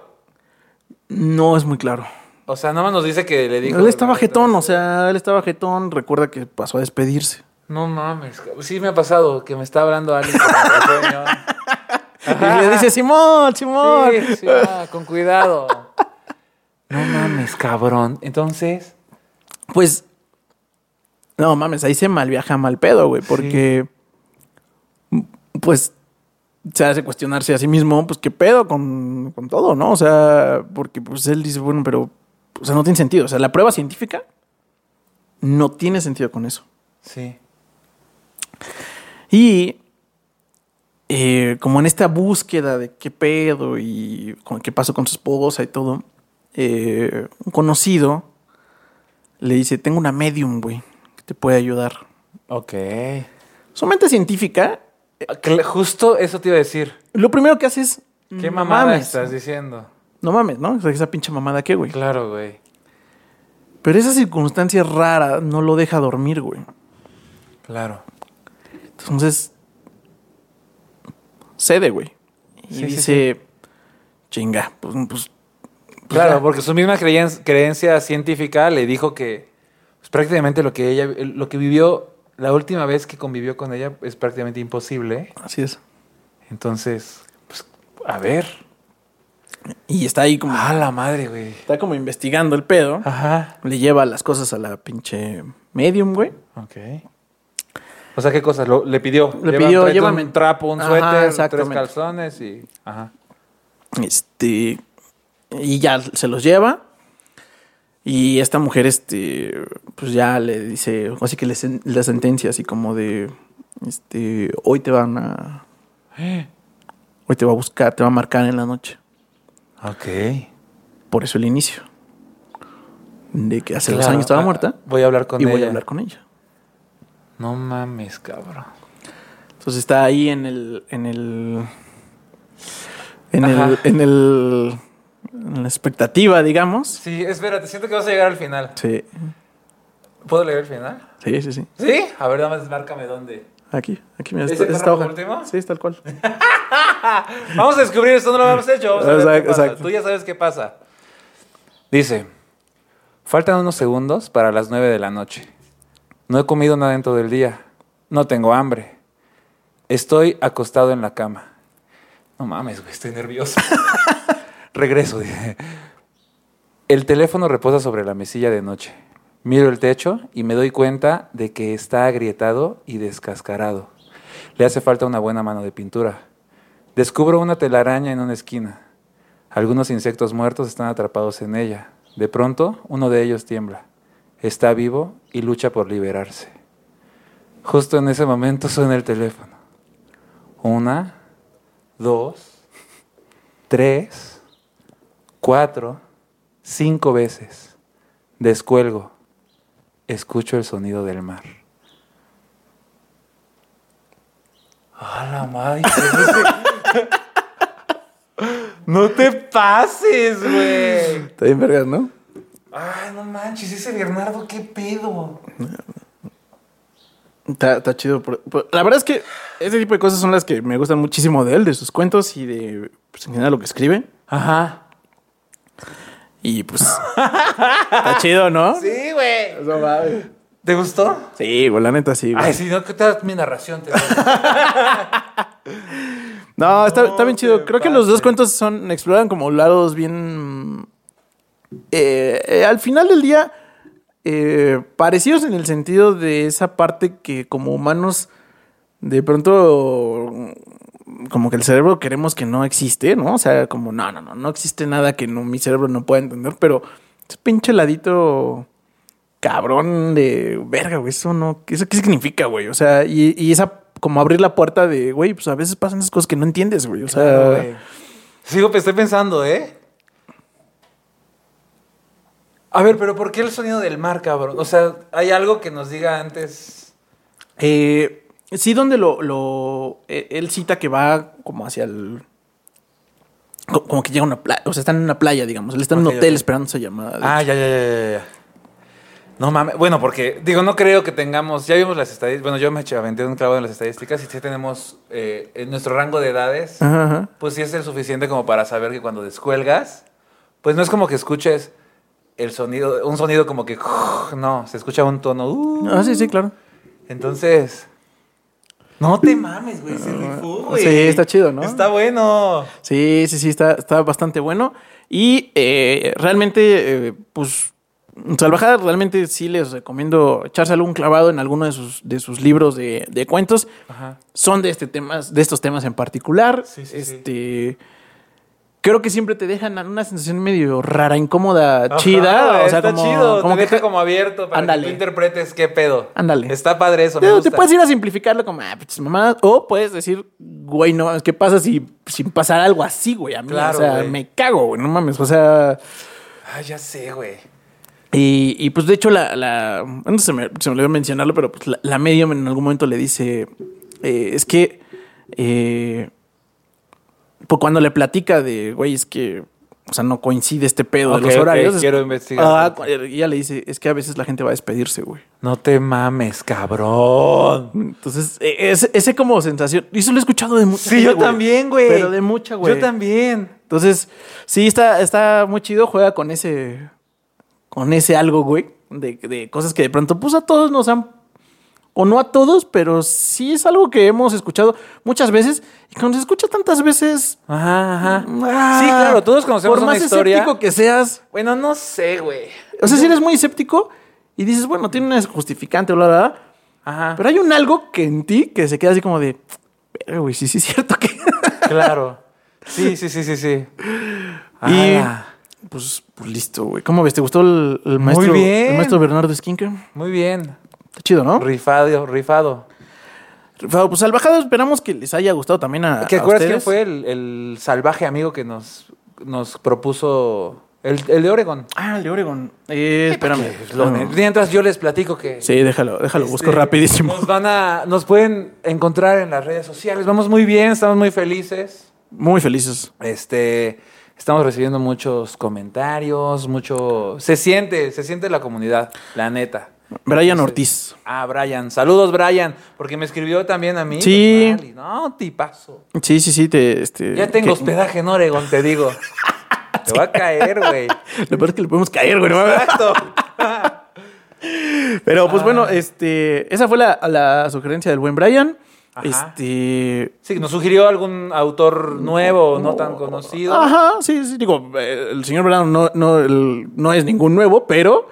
[SPEAKER 1] No es muy claro.
[SPEAKER 2] O sea, nada más nos dice que le dijo.
[SPEAKER 1] él estaba jetón, o sea, él estaba jetón, recuerda que pasó a despedirse.
[SPEAKER 2] No mames. Sí me ha pasado que me está hablando alguien con el sueño.
[SPEAKER 1] Y le dice, Simón, Simón.
[SPEAKER 2] Sí, sí, ah, con cuidado. No mames, cabrón. Entonces,
[SPEAKER 1] Pues, no mames, ahí se mal viaja mal pedo, güey, porque, pues, se hace cuestionarse a sí mismo, pues, qué pedo con, con todo, ¿no? O sea, porque, pues, él dice, bueno, pero, o sea, no tiene sentido. O sea, la prueba científica no tiene sentido con eso.
[SPEAKER 2] sí.
[SPEAKER 1] Y eh, como en esta búsqueda de qué pedo y con, qué pasó con su esposa y todo, eh, un conocido le dice, tengo una medium, güey, que te puede ayudar.
[SPEAKER 2] Ok.
[SPEAKER 1] Su mente científica,
[SPEAKER 2] Cl- Justo eso te iba a decir.
[SPEAKER 1] lo primero que hace es...
[SPEAKER 2] ¿Qué
[SPEAKER 1] "No
[SPEAKER 2] mamada
[SPEAKER 1] Mm. mames,
[SPEAKER 2] estás diciendo?
[SPEAKER 1] No mames, ¿no? O sea, Esa pinche mamada que, güey.
[SPEAKER 2] Claro, güey.
[SPEAKER 1] Pero esa circunstancia rara no lo deja dormir, güey.
[SPEAKER 2] Claro.
[SPEAKER 1] Entonces, cede, güey. Y
[SPEAKER 2] Sí, sí,
[SPEAKER 1] dice, chinga, pues, pues
[SPEAKER 2] Claro, porque su misma creyen- creencia científica le dijo que pues, prácticamente lo que ella lo que vivió la última vez que convivió con ella es prácticamente imposible.
[SPEAKER 1] así es.
[SPEAKER 2] Entonces, pues, a ver.
[SPEAKER 1] Y está ahí como...
[SPEAKER 2] Ah, la madre, güey.
[SPEAKER 1] Está como investigando el pedo.
[SPEAKER 2] Ajá.
[SPEAKER 1] Le lleva las cosas a la pinche medium, güey.
[SPEAKER 2] Ok. O sea, ¿qué cosas? Lo- le pidió.
[SPEAKER 1] Le
[SPEAKER 2] Lleva un
[SPEAKER 1] pidió,
[SPEAKER 2] tra-
[SPEAKER 1] llévame.
[SPEAKER 2] Un trapo, un
[SPEAKER 1] Ajá,
[SPEAKER 2] suéter, tres
[SPEAKER 1] exactamente.
[SPEAKER 2] calzones y... Ajá.
[SPEAKER 1] Este. Y ya se los lleva. Y esta mujer, este. Pues ya le dice. Así que le, sen- la sentencia, así como de. Este. Hoy te van a. Hoy te va a buscar, te va a marcar en la noche.
[SPEAKER 2] Ok.
[SPEAKER 1] Por eso el inicio. De que hace dos años estaba muerta.
[SPEAKER 2] Voy a hablar ah, con
[SPEAKER 1] y
[SPEAKER 2] ella.
[SPEAKER 1] voy a hablar con ella.
[SPEAKER 2] No mames, cabrón.
[SPEAKER 1] Entonces está ahí en el. en el. en el.
[SPEAKER 2] Ajá.
[SPEAKER 1] en el. en la expectativa, digamos.
[SPEAKER 2] Sí, espérate, siento que vas a llegar al final.
[SPEAKER 1] Sí,
[SPEAKER 2] ¿Puedo leer el final?
[SPEAKER 1] sí, sí, sí.
[SPEAKER 2] ¿Sí? A ver, nada más márcame dónde.
[SPEAKER 1] Aquí, aquí mira,
[SPEAKER 2] ¿Ese
[SPEAKER 1] esta, esta
[SPEAKER 2] párrafo
[SPEAKER 1] hoja.
[SPEAKER 2] último?
[SPEAKER 1] Sí, es tal cual.
[SPEAKER 2] Vamos a descubrir esto, no lo habíamos hecho. Vamos a ver
[SPEAKER 1] Exacto,
[SPEAKER 2] qué pasa.
[SPEAKER 1] exacto.
[SPEAKER 2] Tú ya sabes qué pasa. Dice, faltan unos segundos para las 9 de la noche. No he comido nada en todo el día. No tengo hambre. Estoy acostado en la cama. No mames, güey, estoy nervioso. Regreso, dice. El teléfono reposa sobre la mesilla de noche. Miro el techo y me doy cuenta de que está agrietado y descascarado. Le hace falta una buena mano de pintura. Descubro una telaraña en una esquina. Algunos insectos muertos están atrapados en ella. De pronto, uno de ellos tiembla. Está vivo y lucha por liberarse. Justo en ese momento suena el teléfono. Una, dos, tres, cuatro, cinco veces. Descuelgo. Escucho el sonido del mar. ¡A la madre! ¡No te pases, güey!
[SPEAKER 1] Está bien vergas, ¿no?
[SPEAKER 2] ¡Ay, Ah, no manches! Ese Bernardo, qué pedo.
[SPEAKER 1] Está, está chido. por- por- La verdad es que este tipo de cosas son las que me gustan muchísimo de él, de sus cuentos y de, pues, en general, lo que escribe.
[SPEAKER 2] Ajá.
[SPEAKER 1] Y pues. está chido, ¿no?
[SPEAKER 2] Sí, güey.
[SPEAKER 1] Eso va, güey.
[SPEAKER 2] ¿Te gustó?
[SPEAKER 1] Sí, güey, la neta sí, güey.
[SPEAKER 2] Ay, si no, ¿qué tal mi narración? Te
[SPEAKER 1] No, está, está bien
[SPEAKER 2] te
[SPEAKER 1] chido. Creo que los dos
[SPEAKER 2] pases.
[SPEAKER 1] cuentos son. exploran como lados bien. eh, eh, al final del día. eh, parecidos en el sentido de esa parte que como humanos. De pronto. mm, Como que el cerebro queremos que no existe, ¿no? O sea, como no, no, no, no existe nada que no, mi cerebro no pueda entender, pero ese pinche ladito cabrón de verga, güey. Eso no. ¿Eso qué significa, güey? O sea, y, y esa como abrir la puerta de, güey, pues a veces pasan esas cosas que no entiendes, güey. O sea,
[SPEAKER 2] Güey. Sigo, pues, estoy pensando, ¿eh? A ver, pero ¿por qué el sonido del mar, cabrón? O sea, hay algo que nos diga antes.
[SPEAKER 1] eh, sí, donde lo, lo- eh, él cita que va como hacia el. co- Como que llega a una playa, o sea, están en una playa, digamos. Él está en un
[SPEAKER 2] Ok,
[SPEAKER 1] hotel
[SPEAKER 2] ok.
[SPEAKER 1] esperando esa llamada. de
[SPEAKER 2] Ah, ya, ya, ya, ya, ya. No mames. Bueno, porque, digo, no creo que tengamos. Ya vimos las estadísticas. Bueno, yo me eché- aventé un clavo en las estadísticas y sí tenemos eh, en nuestro rango de edades.
[SPEAKER 1] Ajá, ajá.
[SPEAKER 2] Pues sí es el suficiente como para saber que cuando descuelgas, pues no es como que escuches el sonido, un sonido como que. No, se escucha un tono. uh.
[SPEAKER 1] Ah, sí, sí, claro.
[SPEAKER 2] Entonces. No te mames, güey. Se rifó, güey.
[SPEAKER 1] Ah, Sí, está chido, ¿no?
[SPEAKER 2] Está bueno.
[SPEAKER 1] Sí, sí, sí, está, está bastante bueno. Y eh, realmente, eh, pues, Salvajada, realmente sí les recomiendo echarse algún clavado en alguno de sus, de sus libros de, de cuentos.
[SPEAKER 2] Ajá.
[SPEAKER 1] Son de, este temas, de estos temas en particular.
[SPEAKER 2] Sí, sí, sí.
[SPEAKER 1] este, Creo que siempre te dejan una sensación medio rara, incómoda,
[SPEAKER 2] Ajá,
[SPEAKER 1] chida. O sea,
[SPEAKER 2] está
[SPEAKER 1] como,
[SPEAKER 2] chido.
[SPEAKER 1] como
[SPEAKER 2] te
[SPEAKER 1] que
[SPEAKER 2] deja
[SPEAKER 1] te-
[SPEAKER 2] como abierto para
[SPEAKER 1] Ándale.
[SPEAKER 2] que tú interpretes qué pedo.
[SPEAKER 1] Ándale.
[SPEAKER 2] Está padre eso. Me
[SPEAKER 1] Te,
[SPEAKER 2] gusta.
[SPEAKER 1] te puedes ir a simplificarlo como, ah, pues, mamá. O puedes decir, güey, no mames, ¿qué pasa si, si pasar algo así, güey? A mí,
[SPEAKER 2] Claro,
[SPEAKER 1] o sea,
[SPEAKER 2] güey.
[SPEAKER 1] me cago, güey, no mames. O sea,
[SPEAKER 2] Ay, Ah, ya sé, güey.
[SPEAKER 1] y, y, pues de hecho, la. la bueno, se, me, se me olvidó mencionarlo, pero pues la, la medium en algún momento le dice, eh, es que. eh, pues cuando le platica de, güey, es que. O sea, no coincide este pedo
[SPEAKER 2] Ok,
[SPEAKER 1] de los
[SPEAKER 2] ok,
[SPEAKER 1] horarios. es-
[SPEAKER 2] quiero investigar.
[SPEAKER 1] Ah, cu- ella le dice, es que a veces la gente va a despedirse, güey.
[SPEAKER 2] No te mames, cabrón.
[SPEAKER 1] Entonces, e- ese, ese como sensación. Y eso lo he escuchado de mucha
[SPEAKER 2] Sí,
[SPEAKER 1] gente,
[SPEAKER 2] yo también, güey.
[SPEAKER 1] Pero de mucha, güey.
[SPEAKER 2] Yo también.
[SPEAKER 1] Entonces, sí, está, está muy chido. Juega con ese. Con ese algo, güey. De, de cosas que de pronto, pues a todos nos han. O no a todos, pero sí es algo que hemos escuchado muchas veces. Y cuando se escucha tantas veces.
[SPEAKER 2] Ajá, ajá.
[SPEAKER 1] ah,
[SPEAKER 2] sí, claro, todos conocemos
[SPEAKER 1] Por
[SPEAKER 2] una
[SPEAKER 1] más
[SPEAKER 2] historia.
[SPEAKER 1] escéptico que seas.
[SPEAKER 2] Bueno, no sé, güey.
[SPEAKER 1] O sea, si eres muy escéptico y dices, bueno, tiene una justificante, bla, bla, bla.
[SPEAKER 2] Ajá.
[SPEAKER 1] Pero hay un algo que en ti que se queda así como de. "Verga, Güey, sí, sí, es cierto que.
[SPEAKER 2] Claro. Sí, sí, sí, sí, sí.
[SPEAKER 1] Y-
[SPEAKER 2] Ah,
[SPEAKER 1] Pues, pues listo, güey. ¿Cómo ves? ¿Te gustó el, el maestro?
[SPEAKER 2] bien.
[SPEAKER 1] El maestro Bernardo Skinker.
[SPEAKER 2] muy bien.
[SPEAKER 1] Está chido, ¿no?
[SPEAKER 2] Rifado, rifado.
[SPEAKER 1] Rifado. Pues al bajado esperamos que les haya gustado también a.
[SPEAKER 2] ¿Te
[SPEAKER 1] a
[SPEAKER 2] acuerdas
[SPEAKER 1] ustedes.
[SPEAKER 2] quién fue el, el salvaje amigo que nos, nos propuso el, el de Oregon?
[SPEAKER 1] Ah, el de Oregon. Eh, espérame.
[SPEAKER 2] Lo-
[SPEAKER 1] espérame.
[SPEAKER 2] Mientras yo les platico que...
[SPEAKER 1] Sí, déjalo, déjalo, busco
[SPEAKER 2] Este,
[SPEAKER 1] rapidísimo.
[SPEAKER 2] Nos van a, nos pueden encontrar en las redes sociales. Vamos muy bien, estamos muy felices.
[SPEAKER 1] Muy felices.
[SPEAKER 2] Este, estamos recibiendo muchos comentarios, mucho. Se siente, se siente la comunidad, la neta.
[SPEAKER 1] Brian Ortiz.
[SPEAKER 2] Ah, Brian. Saludos, Brian. Porque me escribió también a mí.
[SPEAKER 1] Sí.
[SPEAKER 2] personal, y No, tipazo.
[SPEAKER 1] Sí, sí, sí, te. Este,
[SPEAKER 2] Ya tengo
[SPEAKER 1] que-
[SPEAKER 2] hospedaje en Oregon, te digo. Te va a caer, güey.
[SPEAKER 1] Lo peor es que le podemos caer, güey. ¿no?
[SPEAKER 2] Exacto.
[SPEAKER 1] Pero
[SPEAKER 2] Ah.
[SPEAKER 1] pues bueno, este. Esa fue la, la sugerencia del buen Brian.
[SPEAKER 2] Ajá.
[SPEAKER 1] Este.
[SPEAKER 2] Sí, nos sugirió algún autor nuevo, no tan conocido.
[SPEAKER 1] Ajá, sí, sí, digo, eh, el señor Verano no, no, el- no es ningún nuevo, pero,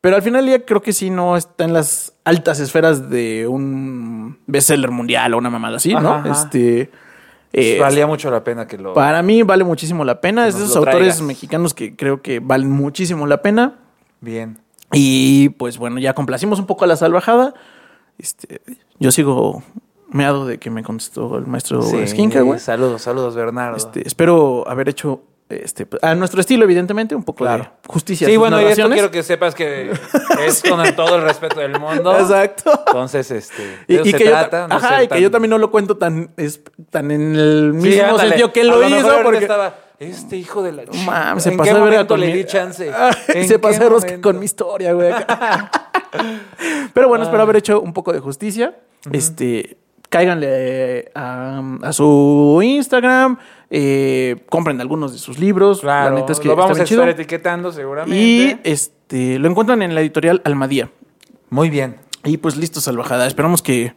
[SPEAKER 1] pero al final del día creo que sí no está en las altas esferas de un bestseller mundial o una mamada así, ¿no?
[SPEAKER 2] Ajá, ajá.
[SPEAKER 1] Este. eh,
[SPEAKER 2] Pues, Valía mucho la pena que lo.
[SPEAKER 1] para mí vale muchísimo la pena.
[SPEAKER 2] Que
[SPEAKER 1] Es de
[SPEAKER 2] nos
[SPEAKER 1] esos
[SPEAKER 2] lo
[SPEAKER 1] autores
[SPEAKER 2] traigas.
[SPEAKER 1] mexicanos que creo que valen muchísimo la pena.
[SPEAKER 2] Bien.
[SPEAKER 1] Y pues bueno, ya complacimos un poco a la salvajada. Este, yo sigo meado de que me contestó el maestro
[SPEAKER 2] Sí,
[SPEAKER 1] Skinker, Oh, güey.
[SPEAKER 2] Saludos, saludos, Bernardo.
[SPEAKER 1] Este, espero haber hecho este, pues, a nuestro estilo, evidentemente, un poco
[SPEAKER 2] Claro.
[SPEAKER 1] de justicia. a
[SPEAKER 2] sí,
[SPEAKER 1] sus
[SPEAKER 2] bueno, y esto
[SPEAKER 1] narraciones.
[SPEAKER 2] quiero que sepas que es con el- todo el respeto del mundo.
[SPEAKER 1] Exacto.
[SPEAKER 2] Entonces, este.
[SPEAKER 1] Y,
[SPEAKER 2] de eso
[SPEAKER 1] y
[SPEAKER 2] se
[SPEAKER 1] que, yo,
[SPEAKER 2] trata, no
[SPEAKER 1] ajá,
[SPEAKER 2] ser
[SPEAKER 1] y que
[SPEAKER 2] tan-
[SPEAKER 1] yo también no lo cuento tan, es- tan en el
[SPEAKER 2] Sí,
[SPEAKER 1] mismo
[SPEAKER 2] ándale.
[SPEAKER 1] sentido que él
[SPEAKER 2] A
[SPEAKER 1] lo,
[SPEAKER 2] mejor
[SPEAKER 1] hizo.
[SPEAKER 2] ahorita
[SPEAKER 1] Porque
[SPEAKER 2] estaba, este hijo de la ch-
[SPEAKER 1] Mam, se
[SPEAKER 2] ¿En
[SPEAKER 1] pasó
[SPEAKER 2] qué
[SPEAKER 1] de verga
[SPEAKER 2] momento
[SPEAKER 1] con
[SPEAKER 2] le
[SPEAKER 1] mi- Ah,
[SPEAKER 2] di chance? ¿En
[SPEAKER 1] se
[SPEAKER 2] qué
[SPEAKER 1] pasó de rosca
[SPEAKER 2] momento?
[SPEAKER 1] con mi historia, güey. Pero bueno, espero haber hecho un poco de justicia. Este, cáiganle eh, a, a su Instagram, eh, compren algunos de sus libros.
[SPEAKER 2] Claro,
[SPEAKER 1] la neta es que
[SPEAKER 2] lo
[SPEAKER 1] está
[SPEAKER 2] vamos a
[SPEAKER 1] bien
[SPEAKER 2] estar
[SPEAKER 1] chido.
[SPEAKER 2] etiquetando
[SPEAKER 1] Y
[SPEAKER 2] seguramente.
[SPEAKER 1] este, lo encuentran en la editorial Almadía.
[SPEAKER 2] Muy bien.
[SPEAKER 1] Y pues listo, salvajada. Esperamos que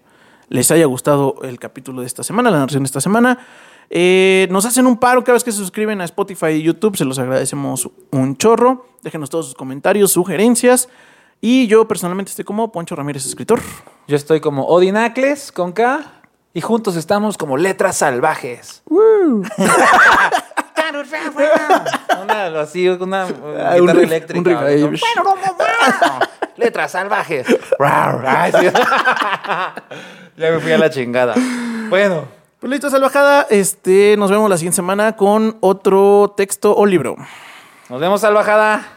[SPEAKER 1] les haya gustado el capítulo de esta semana, la narración de esta semana. Eh, nos hacen un paro cada vez que se suscriben a Spotify y YouTube. Se los agradecemos un chorro. Déjenos todos sus comentarios, sugerencias. Y yo personalmente estoy como Poncho Ramírez, escritor.
[SPEAKER 2] Yo estoy como Odinacles con K y juntos estamos como letras salvajes. una, así, una, una
[SPEAKER 1] un
[SPEAKER 2] guitarra
[SPEAKER 1] Ah, riff,
[SPEAKER 2] Ah, eléctrica.
[SPEAKER 1] un riff ahí.
[SPEAKER 2] ¿no? letras salvajes. Ay, sí. ya me fui a la chingada. Bueno,
[SPEAKER 1] Pues listo, salvajada. Este, nos vemos la siguiente semana con otro texto o libro.
[SPEAKER 2] nos vemos salvajada.